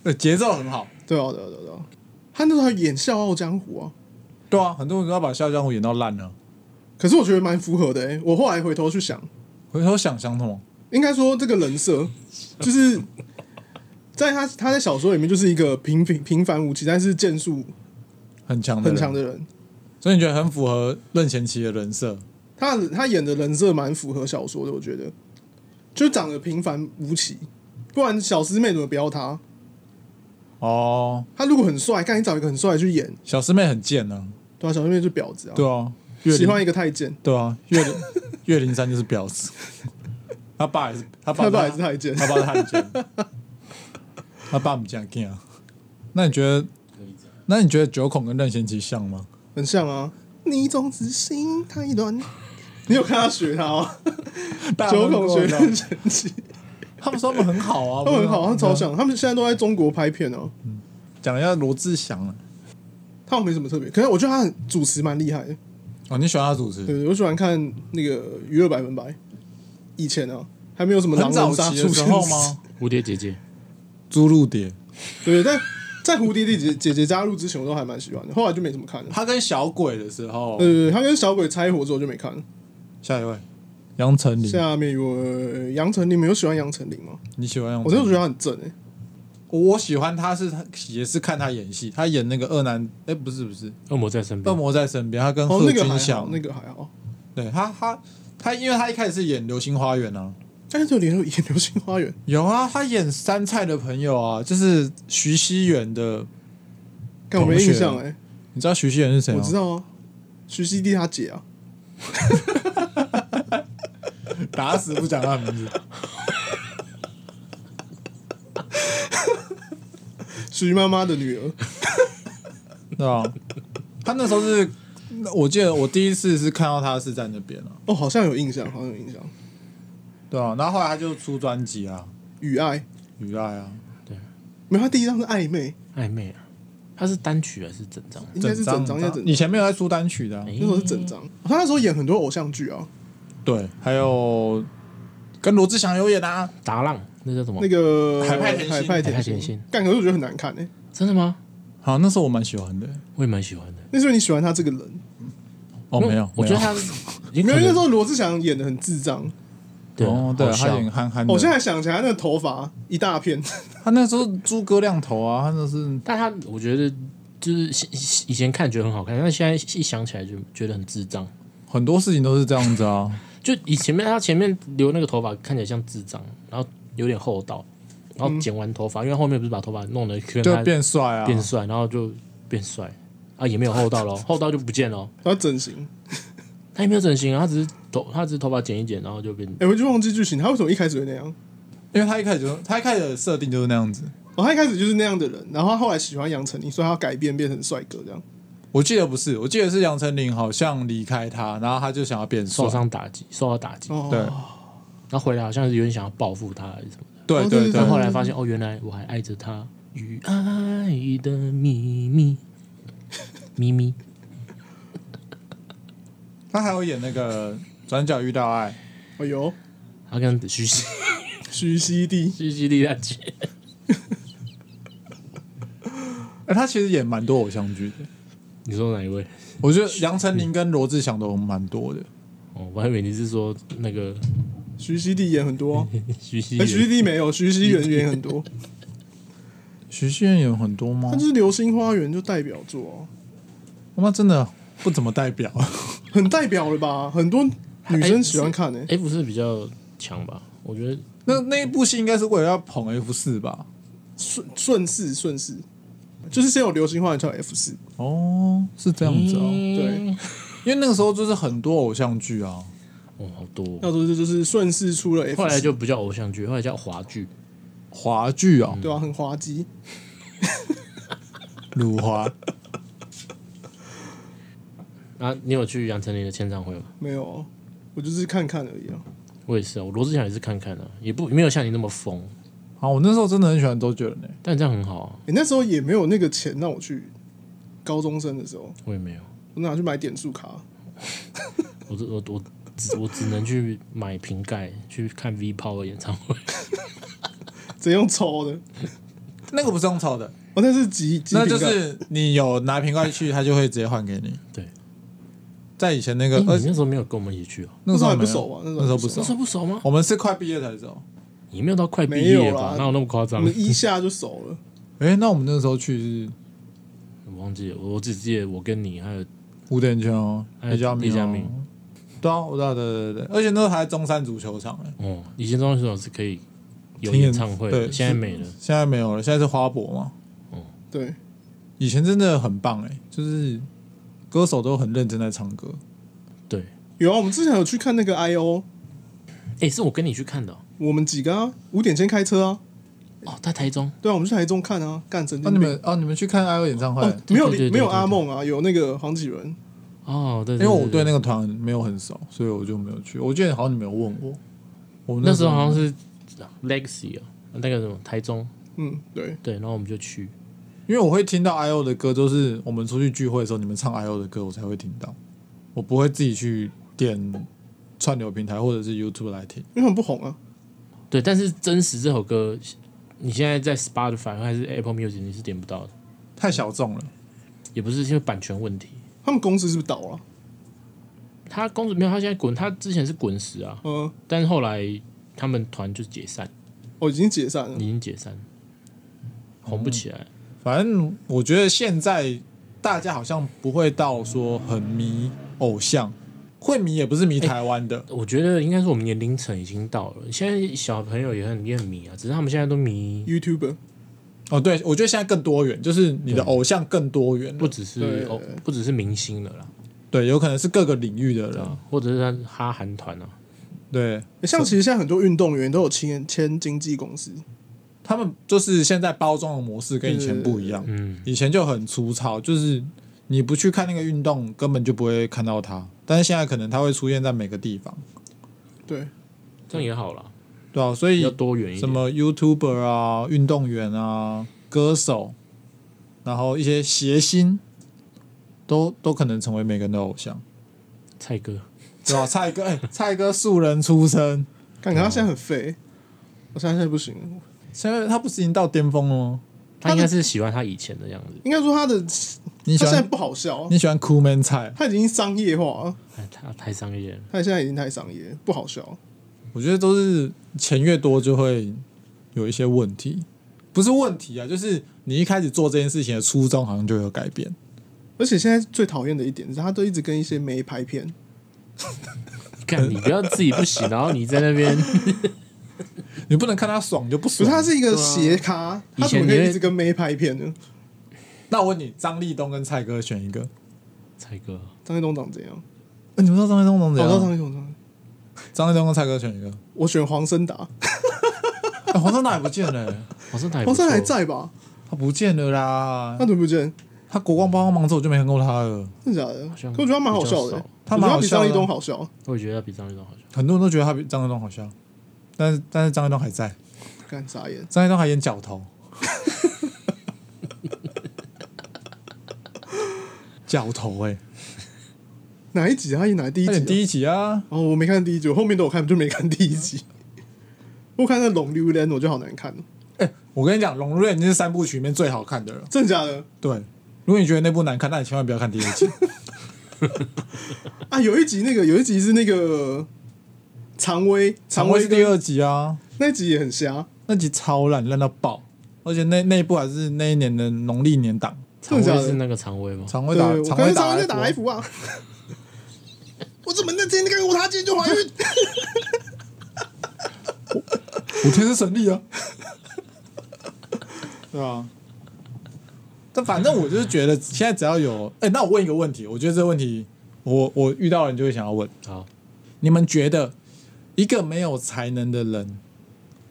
Speaker 1: 呃，节奏很好。
Speaker 3: 对啊，对啊，对啊对啊。他那时候还演《笑傲江湖》啊，
Speaker 1: 对啊，很多人都要把《笑傲江湖》演到烂了。
Speaker 3: 可是我觉得蛮符合的欸。我后来回头去想，
Speaker 1: 回头想想什么？
Speaker 3: 应该说这个人 <laughs> 设就是在他他在小说里面就是一个平平平凡无奇，但是剑术
Speaker 1: 很强的，
Speaker 3: 很强，的人。
Speaker 1: 所以你觉得很符合任贤齐的人设？
Speaker 3: 他他演的人设蛮符合小说的，我觉得。就长得平凡无奇，不然小师妹怎么标他？
Speaker 1: 哦，
Speaker 3: 他如果很帅，赶紧找一个很帅的去演，
Speaker 1: 小师妹很贱呢、
Speaker 3: 对吧、小师妹就婊子啊，
Speaker 1: 对啊，岳
Speaker 3: 喜
Speaker 1: 灵
Speaker 3: 欢一个太监，
Speaker 1: 对啊，岳灵岳灵珊就是婊子， <laughs> 他爸也是，他爸
Speaker 3: 他爸也是太监，
Speaker 1: <laughs> 他爸是汉奸，他爸不这样干啊。那你觉得？那你觉得九孔跟任贤齐像吗？
Speaker 3: 很像啊。你总是心太软，你有看他学他吗？九孔学
Speaker 1: 大家都
Speaker 3: 很
Speaker 1: 跟我讲
Speaker 3: 神奇，
Speaker 1: <laughs> 他们说他们很好啊，
Speaker 3: 他们很好，他
Speaker 1: 不
Speaker 3: 们
Speaker 1: 是
Speaker 3: 超。像，他们现在都在中国拍片哦、
Speaker 1: 讲一下罗志祥啊，
Speaker 3: 他们没什么特别，可是我觉得他很主持蛮厉害的。
Speaker 1: 哦，你喜欢他主持？
Speaker 3: 对对，我喜欢看那个娱乐百分百。以前啊，还没有什么狼
Speaker 1: 很早
Speaker 3: 人杀
Speaker 1: 期
Speaker 3: 出
Speaker 1: 的时
Speaker 3: 现
Speaker 1: 候？吗？
Speaker 2: 蝴蝶姐姐，
Speaker 1: 朱露蝶，
Speaker 3: 对，但在蝴蝶弟姐姐姐加入之前，我都还蛮喜欢的，后来就没怎么看了。
Speaker 1: 他跟小鬼的时候
Speaker 3: 对，对对，他跟小鬼拆伙之后就没看了。
Speaker 1: 下一位杨丞琳，
Speaker 3: 下面有呃杨丞琳，你们有喜欢杨丞琳吗？
Speaker 1: 你喜欢杨丞琳？
Speaker 3: 我真的觉得他很正诶、
Speaker 1: 我喜欢他是他也是看他演戏，他演那个恶男，哎，不是不是，
Speaker 2: 恶魔在身
Speaker 1: 恶
Speaker 2: 边，
Speaker 1: 魔在身边，他跟
Speaker 3: 哦，
Speaker 1: 贺
Speaker 3: 那个还
Speaker 1: 军
Speaker 3: 好
Speaker 1: 翔，，
Speaker 3: 那个还好。
Speaker 1: 对他他他，因为他一开始是演《流星花园》啊，
Speaker 3: 但是就连演《流星花园》，
Speaker 1: 有啊，他演杉菜的朋友啊，就是徐熙媛的，
Speaker 3: 看我没印象诶、
Speaker 1: 你知道徐熙媛是谁吗？
Speaker 3: 我知，道啊，徐熙娣她姐啊，
Speaker 1: 打死不讲他的
Speaker 3: <laughs>
Speaker 1: 名字。
Speaker 3: 徐妈妈的女儿。
Speaker 1: 对啊，他那时候是，我记得我第一次是看到他是在那边啊，
Speaker 3: 哦，好像有印象，好像有印象。
Speaker 1: 对啊，然后后来他就出专辑啊，
Speaker 3: 雨爱，
Speaker 1: 《雨爱》啊，
Speaker 3: 没有，他第一张是暧昧，
Speaker 2: 暧昧啊，她是单曲还是整张？
Speaker 3: 应该是整张，应该整张
Speaker 1: 以前没有在出单曲的啊、
Speaker 2: 哎
Speaker 3: 那时候是整张。他那时候演很多偶像剧啊，
Speaker 1: 对，还有跟罗志祥有演啊，
Speaker 2: 达浪，那叫什么
Speaker 3: 那？个
Speaker 1: 海派甜心
Speaker 3: 海派
Speaker 2: 海派
Speaker 3: 甜
Speaker 2: 甜
Speaker 3: 心
Speaker 2: 心，
Speaker 3: 干可是我觉得很难看诶、欸
Speaker 2: 真的吗？
Speaker 1: 好，那时候我蛮喜欢的，
Speaker 2: 我也蛮喜欢的。
Speaker 3: 那时候你喜欢他这个人，
Speaker 1: 哦，没有，
Speaker 2: 嗯我觉得
Speaker 1: 没有
Speaker 2: 他
Speaker 3: <laughs>
Speaker 2: 也
Speaker 3: 没
Speaker 2: 可
Speaker 3: 有那时
Speaker 2: 能
Speaker 3: 候罗志祥演的很智障。
Speaker 2: 对啊
Speaker 1: 哦，对啊，
Speaker 2: 好
Speaker 1: 他
Speaker 2: 笑
Speaker 1: 演憨憨的，
Speaker 3: 我现在想起来，那个头发一大片， <laughs>
Speaker 1: 他那时候诸葛亮头啊，他那是
Speaker 2: 但他我觉得就是以以前看觉得很好看，但现在一想起来就觉得很智障。
Speaker 1: 很多事情都是这样子
Speaker 2: <laughs>
Speaker 1: 啊。
Speaker 2: 就以前面他前面留那个头发看起来像智障，然后有点厚道，然后剪完头发，因为后面不是把头发弄得跟
Speaker 1: 就
Speaker 2: 他
Speaker 1: 变帅啊，
Speaker 2: 变帅，然后就变帅啊，也没有厚道咯，厚道就不见了。
Speaker 3: 然后整形。
Speaker 2: 他也没有整形啊，他只是头他只是头发剪一剪，然后就变
Speaker 3: 哎、我就忘记剧情，他为什么一开始会那样？
Speaker 1: 因为他一开始就他一开始的设定就是那样子。
Speaker 3: 哦，他一开始就是那样的人，然后他后来喜欢杨丞琳，所以他要改变变成帅哥这样。
Speaker 1: 我记得不是，我记得是杨丞琳好像离开他，然后他就想要变帅
Speaker 2: 受。伤打击，受到打击，
Speaker 3: 哦，
Speaker 1: 对
Speaker 2: 然后回来好像有点想要报复他还是什么。
Speaker 1: 对
Speaker 3: 哦
Speaker 1: 对
Speaker 3: 对
Speaker 1: 对
Speaker 2: 但，后来发现，哦，原来我还爱着他，与爱的秘密， <laughs> 咪咪，
Speaker 1: 他还有演那个《转角遇到爱》，
Speaker 3: 哎呦，
Speaker 2: 他跟 <laughs> 徐熙
Speaker 3: 徐熙娣
Speaker 2: 徐熙娣大姐，
Speaker 1: 哎，他其实演蛮多偶像剧的。
Speaker 2: 你说哪一位？
Speaker 1: 我觉得杨丞琳跟罗志祥都蛮多的。
Speaker 2: 哦，我还以为你是说那个
Speaker 3: 徐熙娣演很多、啊，
Speaker 2: 徐熙
Speaker 3: 哎、徐熙
Speaker 2: 娣，
Speaker 3: 娣没有，徐熙媛演很多，
Speaker 1: 徐熙媛有很多吗
Speaker 3: 他就？是《流星花园》就代表作、哦
Speaker 1: 他妈真的不怎么代表。 <laughs>
Speaker 3: 啊，很代表了吧？很多女
Speaker 1: 哎
Speaker 3: 生喜欢看诶、欸
Speaker 2: F 哎是比较强吧？我觉得
Speaker 1: 那那一部戏应该是为了要捧 F 四吧？
Speaker 3: 顺顺势顺势，就是先有《流星花园》才有 F 四，
Speaker 1: 哦，是这样子哦。
Speaker 2: 嗯
Speaker 3: 对，
Speaker 1: 因为那个时候就是很多偶像剧啊。
Speaker 2: 哦，好多哦、
Speaker 3: 那时候就是顺势出了 F，
Speaker 2: 后来就不叫偶像剧，后来叫华剧。
Speaker 1: 华剧啊，
Speaker 3: 对啊，很滑稽。
Speaker 1: 鲁华，
Speaker 2: 啊，你有去杨丞琳的签唱会吗？
Speaker 3: 没有，我就是看看而已啊。
Speaker 2: 我也是啊，我罗志祥也是看看啊，也不没有像你那么疯，
Speaker 1: 啊，我那时候真的很喜欢周杰伦诶、欸
Speaker 2: 但这样很好啊，
Speaker 3: 欸你、那时候也没有那个钱让我去，高中生的时候，
Speaker 2: 我也没有，
Speaker 3: 我拿去买点数卡。
Speaker 2: 我只我我只我只能去买瓶盖去看 V Power 演唱会。
Speaker 3: 直接用抽的，
Speaker 1: 那个不是用抽的，
Speaker 3: 哦，那是集集
Speaker 1: 那就
Speaker 3: 饼干
Speaker 1: 是你有拿瓶盖去，他就会直接换给你。
Speaker 2: 对，
Speaker 1: 在以前那
Speaker 2: <laughs>
Speaker 1: 呃
Speaker 2: 诶
Speaker 1: 个，
Speaker 2: 你
Speaker 1: 而且
Speaker 2: 那时候没有跟我们一起去哦、
Speaker 1: 那个时候
Speaker 3: 那
Speaker 1: 没有
Speaker 3: 时候还不熟啊
Speaker 1: 那时候不
Speaker 2: 那时候
Speaker 1: 熟，
Speaker 2: 不熟吗？
Speaker 1: 我们是快毕业才熟。
Speaker 2: 你没有到快毕
Speaker 3: 没
Speaker 2: 业
Speaker 3: 有
Speaker 2: 吧
Speaker 3: 啦？
Speaker 2: 哪有那么夸
Speaker 3: 我
Speaker 2: 张？
Speaker 3: 们一下就熟了。
Speaker 1: 诶，那我们那时候去是
Speaker 2: 我忘记了，我只记得我跟你还有
Speaker 1: 五点圈哦，
Speaker 2: 还有
Speaker 1: 李佳
Speaker 2: 李
Speaker 1: 明
Speaker 2: 佳
Speaker 1: 哦
Speaker 2: 明，
Speaker 1: 对对啊，我知道，对对对对，而且那时候还在中山足球场、欸，
Speaker 2: 哦，以前中学是可以有
Speaker 1: 听
Speaker 2: 演
Speaker 1: 演
Speaker 2: 唱会
Speaker 1: 对
Speaker 2: 的，现在没了。
Speaker 1: 现在没有了，现在是花博嘛。
Speaker 3: 对，
Speaker 1: 以前真的很棒哎、欸就是歌手都很认真在唱歌。
Speaker 2: 对，
Speaker 3: 有啊，我们之前有去看那个 I O，
Speaker 2: 哎，是我跟你去看的哦
Speaker 3: 我们几个啊，五点先开车啊，
Speaker 2: 哦，在台中
Speaker 3: 对啊，我们去台中看啊，干神
Speaker 1: 那、
Speaker 3: 经
Speaker 1: 你
Speaker 3: 病。
Speaker 1: 们哦、你们去看艾欧演唱会、
Speaker 3: 哦，没有
Speaker 2: 对对对
Speaker 3: 没有
Speaker 2: 对对
Speaker 3: 阿梦啊，有那个黄启仁，
Speaker 2: 哦，对，
Speaker 1: 因为我对
Speaker 2: 那
Speaker 1: 那个团没有很熟，所以我就没有去。我记得好像你没有问我，我
Speaker 2: 那时候好像是 Legacy 啊，那个什么台中，
Speaker 3: 嗯，对，
Speaker 2: 对，然后我们就去。
Speaker 1: 因为我会听到 I O 的歌，都是我们出去聚会的时候，你们唱 I O 的歌，我才会听到。我不会自己去点串流平台或者是 YouTube 来听。
Speaker 3: 因为很不红啊，
Speaker 2: 对，但是真实这首歌，你现在在 Spotify 还是 Apple Music 你是点不到的，
Speaker 1: 太小众了，
Speaker 2: 也不是因为版权问题。
Speaker 3: 他们公司是不是倒了？啊
Speaker 2: 他公主没有，他现在滚，他之前是滚石啊，
Speaker 3: 嗯，
Speaker 2: 但是后来他们团就解散，
Speaker 3: 哦，已经解散了
Speaker 2: 已，经解散，红不起来。
Speaker 1: 嗯反正我觉得现在大家好像不会到说很迷偶像，会迷也不是迷
Speaker 2: 哎
Speaker 1: 台湾的。
Speaker 2: 我觉得应该是我们年龄层已经到了，现在小朋友也很也很迷啊，只是他们现在都迷，
Speaker 3: YouTuber，
Speaker 1: 哦，对，我觉得现在更多元，就是你的偶像更多元了
Speaker 2: 不只是
Speaker 3: 对
Speaker 2: 哦，不只是明星了啦，
Speaker 1: 对，有可能是各个领域的
Speaker 2: 对
Speaker 1: 人。
Speaker 2: 啊，或者是他哈韩团啊，
Speaker 1: 对
Speaker 3: 欸像其实现在很多运动员都有签签经纪公司，
Speaker 1: 他们就是现在包装的模式跟以前不一样，
Speaker 2: 嗯，
Speaker 1: 以前就很粗糙，就是你不去看那个运动，根本就不会看到他。但是现在可能他会出现在每个地方，
Speaker 3: 对，
Speaker 2: 这样也好啦，
Speaker 1: 对啊，所
Speaker 2: 比较
Speaker 1: 以
Speaker 2: 多元
Speaker 1: 什
Speaker 2: 一点。
Speaker 1: 么 YouTuber 啊、运动员啊、歌手，然后一些谐星，都都可能成为每个人的偶像，
Speaker 2: 蔡哥，
Speaker 1: 对吧、蔡哥，哎、蔡哥素人出身，
Speaker 3: 感觉他现在很废，我现在现在不行了，
Speaker 1: 现在他不是已经到巅峰了吗？
Speaker 2: 他应该是喜欢他以前的样子，
Speaker 3: 应该说他的
Speaker 1: 你喜
Speaker 3: 他现在
Speaker 1: 欢
Speaker 3: 不好笑，啊
Speaker 1: 你喜欢 cool man 菜？
Speaker 3: 他已经商业化了，
Speaker 2: 哎，他太商业了。
Speaker 3: 他现在已经太商业，不好笑。啊
Speaker 1: 我觉得都是钱越多就会有一些问题，不是问题啊，就是你一开始做这件事情的初衷好像就有改变。
Speaker 3: 而且现在最讨厌的一点是，他都一直跟一些没拍片，
Speaker 2: 看你不要自己不行，然后你在那
Speaker 3: <laughs>
Speaker 2: 边，
Speaker 1: 你不能看他爽就不
Speaker 3: 可
Speaker 1: 爽。
Speaker 3: 是他是一个斜咖，他怎
Speaker 2: 啊以前
Speaker 3: 么可
Speaker 2: 你
Speaker 3: 以
Speaker 2: 会
Speaker 3: 一直跟没拍片呢？
Speaker 1: 那我问你，张立东跟蔡哥选一个，
Speaker 2: 蔡哥，
Speaker 3: 张艺东长怎样？
Speaker 1: 呃你们知道张立东长
Speaker 3: 我
Speaker 1: 怎
Speaker 2: 啊
Speaker 3: 知道张
Speaker 1: 样？
Speaker 3: 艺东长，
Speaker 1: 张立东跟蔡哥选一个。
Speaker 3: 我选黄森达，
Speaker 1: 哎黄圣达也不见了、
Speaker 2: 黄圣达也不
Speaker 3: 黄
Speaker 2: 错，
Speaker 3: 森达还在吧？
Speaker 1: 他不见了啦
Speaker 3: 他。怎么不见？
Speaker 1: 他国光帮忙之后我就没看过他了。
Speaker 3: 真的假的？
Speaker 2: 像
Speaker 3: 可我觉得他蛮好笑的
Speaker 2: 比较
Speaker 3: 欸
Speaker 2: 少，
Speaker 1: 他
Speaker 3: 我
Speaker 1: 蛮
Speaker 3: 觉得他
Speaker 1: 好
Speaker 3: 比
Speaker 1: 笑
Speaker 3: 张艺
Speaker 1: 的
Speaker 3: 东
Speaker 1: 啊，
Speaker 3: 好笑。
Speaker 2: 我也觉得他比张立东好笑。
Speaker 1: 很多人都觉得他比张立东好笑，但是但是张立东还在，
Speaker 3: 干傻眼，
Speaker 1: 张立东还演角头， <laughs> 角头哎、
Speaker 3: 哪一集啊？他演哪第一
Speaker 1: 他
Speaker 3: 集
Speaker 1: 演
Speaker 3: 啊？
Speaker 1: 第一集啊，
Speaker 3: 哦，我没看第一集，我后面都有看，就没看第一集。我看那《龙溜人》，我就好难看哦，
Speaker 1: 哎我跟你讲，《龙瑞》已经是三部曲里面最好看的了。
Speaker 3: 真的假的？
Speaker 1: 对，如果你觉得那部难看，那你千万不要看第二 <laughs> 集。
Speaker 3: 啊，有一集那个，有一集是那个常威，
Speaker 1: 常
Speaker 3: 常
Speaker 1: 威
Speaker 3: 威
Speaker 1: 是第
Speaker 3: 跟
Speaker 1: 二集啊，
Speaker 3: 那集也很瞎，
Speaker 1: 那集超烂，烂到爆。而且那那一部还是那一年的农历年档，
Speaker 2: 常
Speaker 3: 真的假
Speaker 2: 威
Speaker 3: 的
Speaker 2: 是那个常威吗？
Speaker 1: 常
Speaker 3: 对，
Speaker 1: 威打，
Speaker 3: 我
Speaker 1: 常
Speaker 3: 刚才
Speaker 1: 威
Speaker 3: 常
Speaker 1: 打
Speaker 3: 威在打
Speaker 1: F，
Speaker 3: F 啊，我怎么那天跟我他今天就怀孕？
Speaker 1: 我天生神力啊，对啊。但反正我就是觉得现在只要有，哎、那我问一个问题，我觉得这个问题，我我遇到人就会想要问，
Speaker 2: 好，
Speaker 1: 你们觉得一个没有才能的人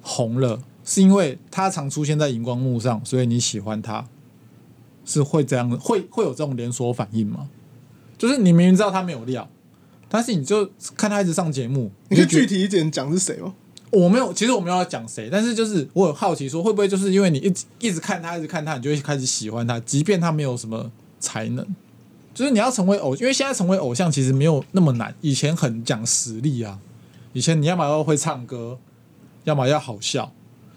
Speaker 1: 红了，是因为他常出现在荧光幕上，所以你喜欢他，是会这样，会会有这种连锁反应吗？就是你明明知道他没有料，但是你就看他一直上节目，
Speaker 3: 你可以
Speaker 1: 就觉
Speaker 3: 具
Speaker 1: 得
Speaker 3: 体一点讲是谁哦吗？
Speaker 1: 我没有，其实我没有要讲谁，但是就是我有好奇说，会不会就是因为你一直一直看他，一直看他，你就会开始喜欢他，即便他没有什么才能。就是你要成为偶，因为现在成为偶像其实没有那么难，以前很讲实力啊。以前你要么要会唱歌，要么要好笑。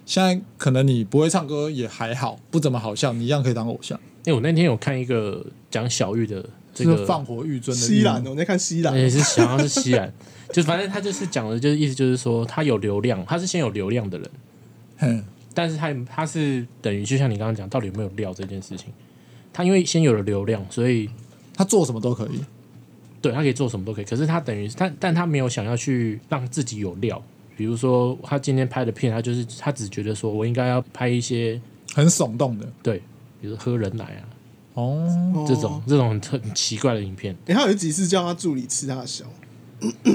Speaker 1: 现在可能你不会唱歌也还好，不怎么好笑，你一样可以当偶像。
Speaker 2: 哎，我那天有看一个讲小玉的这
Speaker 1: 就
Speaker 2: 个
Speaker 1: 是放火欲尊的
Speaker 3: 西兰
Speaker 1: 欲
Speaker 3: 哦，
Speaker 1: 望
Speaker 3: 你在看西
Speaker 2: 也
Speaker 3: 兰，
Speaker 2: 是想要是西兰， <laughs> 就反正他就是讲的，就是意思就是说他有流量，他是先有流量的人，
Speaker 1: 嘿
Speaker 2: 但是他他是等于就像你刚刚讲，到底有没有料这件事情，他因为先有了流量，所以
Speaker 1: 他做什么都可以。
Speaker 2: 对他可以做什么都可以，可是他等于他，但他没有想要去让自己有料。比如说，他今天拍的片，他就是他只觉得说我应该要拍一些
Speaker 1: 很耸动的
Speaker 2: 对，比如说喝人奶啊
Speaker 1: 哦。
Speaker 2: 这种这种很特很奇怪的影片，
Speaker 3: 诶，他有几次叫他助理吃他的小，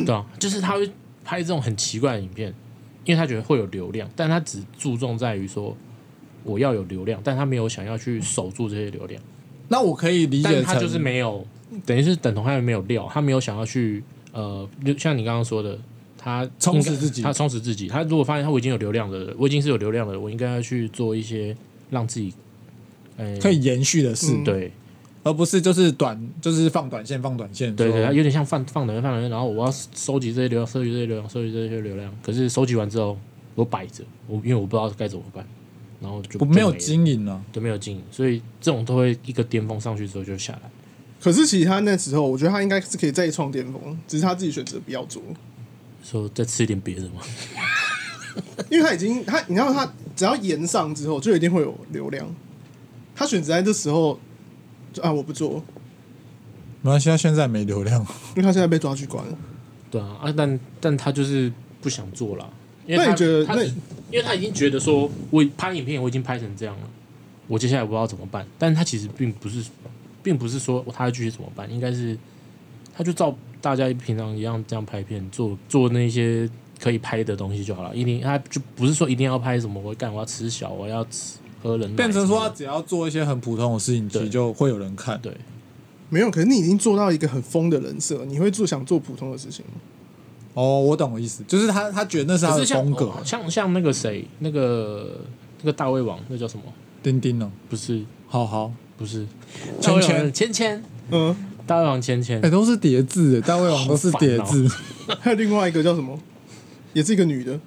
Speaker 2: 对啊，就是他会拍这种很奇怪的影片，因为他觉得会有流量，但他只注重在于说我要有流量，但他没有想要去守住这些流量，
Speaker 1: 那我可以理解
Speaker 2: 但
Speaker 1: 成
Speaker 2: 他就是没有，等于是等同他没有料，他没有想要去呃，就像你刚刚说的。他
Speaker 1: 充
Speaker 2: 应
Speaker 1: 实
Speaker 2: 该
Speaker 1: 自己
Speaker 2: 他充实自己。他如果发现他我已经有流量了，我已经是有流量了，我应该要去做一些让自己，呃，
Speaker 1: 可以延续的事，
Speaker 3: 嗯
Speaker 2: 对
Speaker 1: 而不是就是短就是放短线放短线。
Speaker 2: 对对，
Speaker 1: 说
Speaker 2: 它有点像放放冷饭放冷，然后我要收集这些流量，收集这些流量，收集这些流量。可是收集完之后，我摆着，我因为我不知道该怎么办，然后就
Speaker 1: 我没有
Speaker 2: 就了
Speaker 1: 经营啊了，
Speaker 2: 就没有经营，所以这种都会一个巅峰上去之后就下来。
Speaker 3: 可是其实他那时候，我觉得他应该是可以再创巅峰，只是他自己选择不要做，
Speaker 2: 说再吃一点别的嘛，
Speaker 3: 因为他已经他，你知道他只要延上之后，就一定会有流量。他选择在这时候，就啊我不做，
Speaker 1: 没关系，他现在没流量。
Speaker 3: 因为他现在被抓去关了。
Speaker 2: 对啊啊，但但他就是不想做了，因为
Speaker 3: 那
Speaker 2: 他
Speaker 3: 你觉得
Speaker 2: 他
Speaker 3: 那
Speaker 2: 只因为他已经觉得说我拍影片我已经拍成这样了，我接下来不知道怎么办。但他其实并不是，并不是说他要继续怎么办，应该是他就照大家平常一样这样拍片，做做那些可以拍的东西就好了。一定他就不是说一定要拍什么，我干我要吃小，我要吃喝人奶
Speaker 1: 变成
Speaker 2: 什么
Speaker 1: 说
Speaker 2: 的
Speaker 1: 他只要做一些很普通的事情，其实
Speaker 2: 对
Speaker 1: 就会有人看。
Speaker 2: 对，
Speaker 3: 没有，可是你已经做到一个很疯的人设，你会做想做普通的事情吗。
Speaker 1: 哦，我懂我意思，就是他他觉得那是他
Speaker 2: 可是
Speaker 1: 的
Speaker 2: 像
Speaker 1: 风格
Speaker 2: 哦。像像那个谁，那个那个大胃王，那叫什么？
Speaker 1: 丁丁哦，
Speaker 2: 不是
Speaker 1: 好好，
Speaker 2: 不是，
Speaker 1: 芊芊
Speaker 2: 大胃王芊芊。
Speaker 3: 嗯，
Speaker 2: 大胃王芊芊
Speaker 1: 哎，，都是叠字，大胃王都是叠
Speaker 2: 哦
Speaker 1: 字。 <laughs>
Speaker 3: 嗯还有另外一个叫什么，也是一个女的，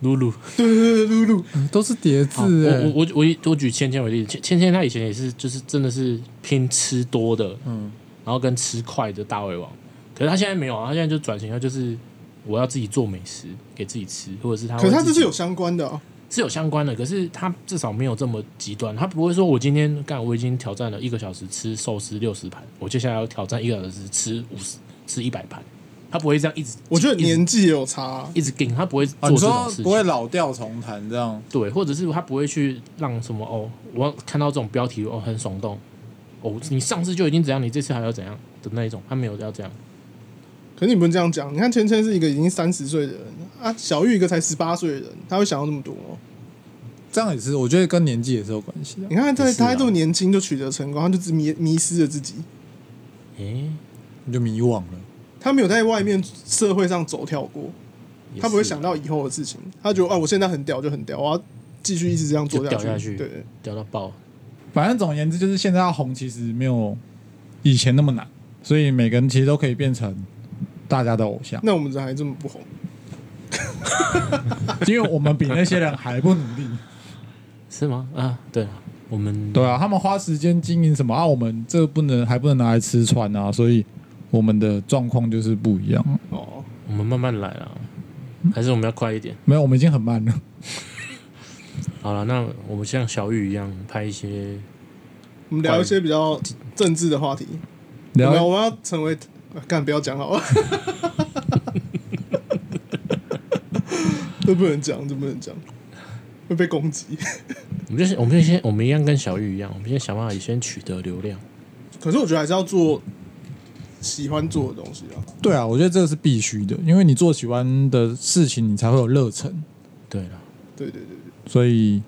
Speaker 2: 露露，
Speaker 3: 对对对，露露，
Speaker 1: 都是叠
Speaker 2: 好
Speaker 1: 字哎
Speaker 2: 我。我我我我举芊芊为例，芊芊芊她以前也是就是真的是拼吃多的，
Speaker 1: 嗯，
Speaker 2: 然后跟吃快的大胃王，可是她现在没有啊，她现在就转型，她就是我要自己做美食给自己吃，或者是她会
Speaker 3: 可是他
Speaker 2: 自
Speaker 3: 这
Speaker 2: 己
Speaker 3: 是有相关的啊。
Speaker 2: 是有相关的，可是她至少没有这么极端，她不会说我今天干我已经挑战了一个小时吃寿司六十盘，我接下来要挑战一个小时吃五十吃一百盘，她不会这样一直
Speaker 3: 我觉得
Speaker 2: 一直
Speaker 3: 年纪也有差啊、
Speaker 2: 一直顶，她不会做
Speaker 1: 啊，
Speaker 2: 这
Speaker 1: 你
Speaker 2: 种
Speaker 1: 说
Speaker 2: 事情，
Speaker 1: 不会老调重弹这样？
Speaker 2: 对，或者是他不会去让什么哦，我看到这种标题哦很耸动，哦你上次就已经怎样，你这次还要怎样的那一种，他没有要这样，
Speaker 3: 可是你不能这样讲。你看芊芊是一个已经三十岁的人啊，小玉一个才十八岁的人，他会想到那么多哦、
Speaker 1: 这样也是，我觉得跟年纪也是有关系的
Speaker 3: 你。看他在
Speaker 2: 是啊
Speaker 3: 他这么年轻就取得成功，他就只迷迷失了自己，
Speaker 2: 诶、
Speaker 1: 你就迷惘了。
Speaker 3: 他没有在外面社会上走跳过，
Speaker 2: 也
Speaker 3: 他不会
Speaker 2: 是
Speaker 3: 想到以后的事情，他觉得啊，我现在很屌就很屌，我要继续一直这样做
Speaker 2: 就
Speaker 3: 下
Speaker 2: 掉下
Speaker 3: 去。
Speaker 2: 去
Speaker 3: 对，
Speaker 2: 掉到爆，
Speaker 1: 反正总而言之，就是现在要红，其实没有以前那么难，所以每个人其实都可以变成大家的偶像，
Speaker 3: 那我们人还这么不红，
Speaker 1: 因为我们比那些人还不努 <laughs> 力。
Speaker 2: 是吗？啊，对啊，我们
Speaker 1: 对啊，他们花时间经营什么啊？我们这不能还不能拿来吃穿啊，所以我们的状况就是不一样。
Speaker 3: 哦，
Speaker 2: 我们慢慢来啦，还是我们要快一点。
Speaker 1: 没有，我们已经很慢了。
Speaker 2: 好了，那我们像小雨一样拍一些，
Speaker 3: 我们聊一些比较政治的话题。我们要
Speaker 1: 聊
Speaker 3: 我们要成为，啊干、不要讲好了， <laughs> 这不能讲，这不能讲，会被攻击。
Speaker 2: 我们就是我们就先我们一样跟小雨一样，我们先想办法先取得流量。
Speaker 3: 可是我觉得还是要做喜欢做的东西啊。
Speaker 1: 对啊，我觉得这个是必须的，因为你做喜欢的事情，你才会有热忱。
Speaker 2: 对了，
Speaker 3: 对对对，
Speaker 1: 所以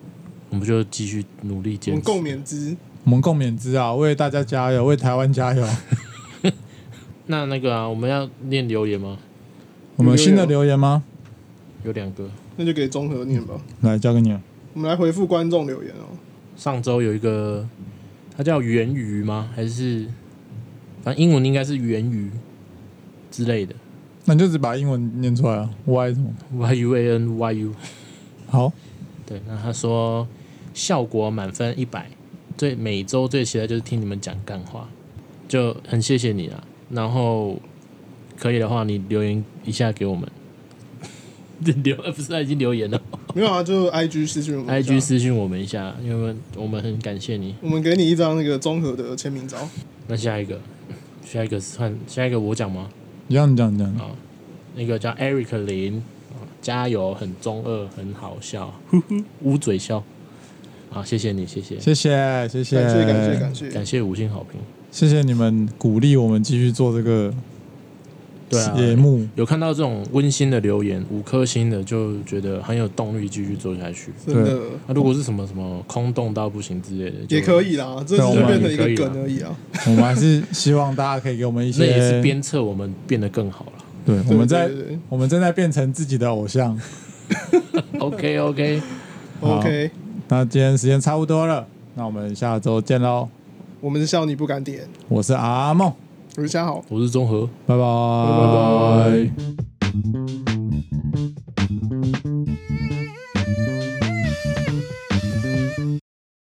Speaker 2: 我们就继续努力
Speaker 3: 我
Speaker 2: 坚
Speaker 3: 们
Speaker 2: 持。
Speaker 3: 共勉之。
Speaker 1: 我们共勉之啊，为大家加油，为台湾加油。
Speaker 2: 那那个啊，我们要念留言吗？
Speaker 1: 我们有新的留言吗？
Speaker 2: 有两个，
Speaker 3: 那就给综合念吧。
Speaker 1: 来交给你了。
Speaker 3: 我们来回复观众留言哦、
Speaker 2: 上周有一个，他叫源鱼吗？还是反正英文应该是源鱼之类的
Speaker 1: 那你就只把英文念出来啊，Y 什么？
Speaker 2: ，Y U A N Y U。
Speaker 1: 好，
Speaker 2: 对，那他说效果满分一百，最每周最期待就是听你们讲干话，就很谢谢你啊。然后可以的话，你留言一下给我们。 <laughs> 留呃不是他已经留言了
Speaker 3: 没有啊，就 I G 私讯我们一下
Speaker 2: ，IG 私信我们一下，因为我们很感谢你。
Speaker 3: 我们给你一张那个综合的签名照。
Speaker 2: 那下一个下一个算下一个我讲吗？
Speaker 1: 你这样你讲你讲，
Speaker 2: 那个叫 Eric 林，啊加油，很中二，很好
Speaker 3: <laughs>
Speaker 2: 笑，呼呼，捂嘴笑。好，谢谢你，谢谢，
Speaker 1: 谢谢谢谢
Speaker 3: 感谢感谢感谢
Speaker 2: 感，谢五星好评。
Speaker 1: 谢谢你们鼓励我们继续做这个
Speaker 2: 对啊，
Speaker 1: 节目，
Speaker 2: 有看到这种温馨的留言，五颗星的就觉得很有动力继续做下去。
Speaker 3: 真的
Speaker 2: 那、如果是什么什么空洞到不行之类的，就
Speaker 3: 也可，以啦，这只
Speaker 1: 对
Speaker 3: 是
Speaker 1: 我们
Speaker 3: 变成一
Speaker 2: 也可以
Speaker 3: 个
Speaker 2: 啦
Speaker 3: 梗而已啊。
Speaker 1: 我们还是希望大家可以给我们一
Speaker 3: <laughs>
Speaker 2: 那也
Speaker 1: 些
Speaker 2: 是，鞭策我们变得更好了。
Speaker 1: 对，我们在
Speaker 3: 对对对
Speaker 1: 我们正在变成自己的偶像。
Speaker 2: OK OK，
Speaker 1: 好
Speaker 3: OK，
Speaker 1: 那今天时间差不多了，那我们下周见喽。
Speaker 3: 我们是笑你不敢点，
Speaker 1: 我是阿梦，
Speaker 3: 我是嘉豪。
Speaker 2: 我是综合。
Speaker 1: 拜拜
Speaker 3: 拜
Speaker 1: 拜
Speaker 3: 拜
Speaker 1: 拜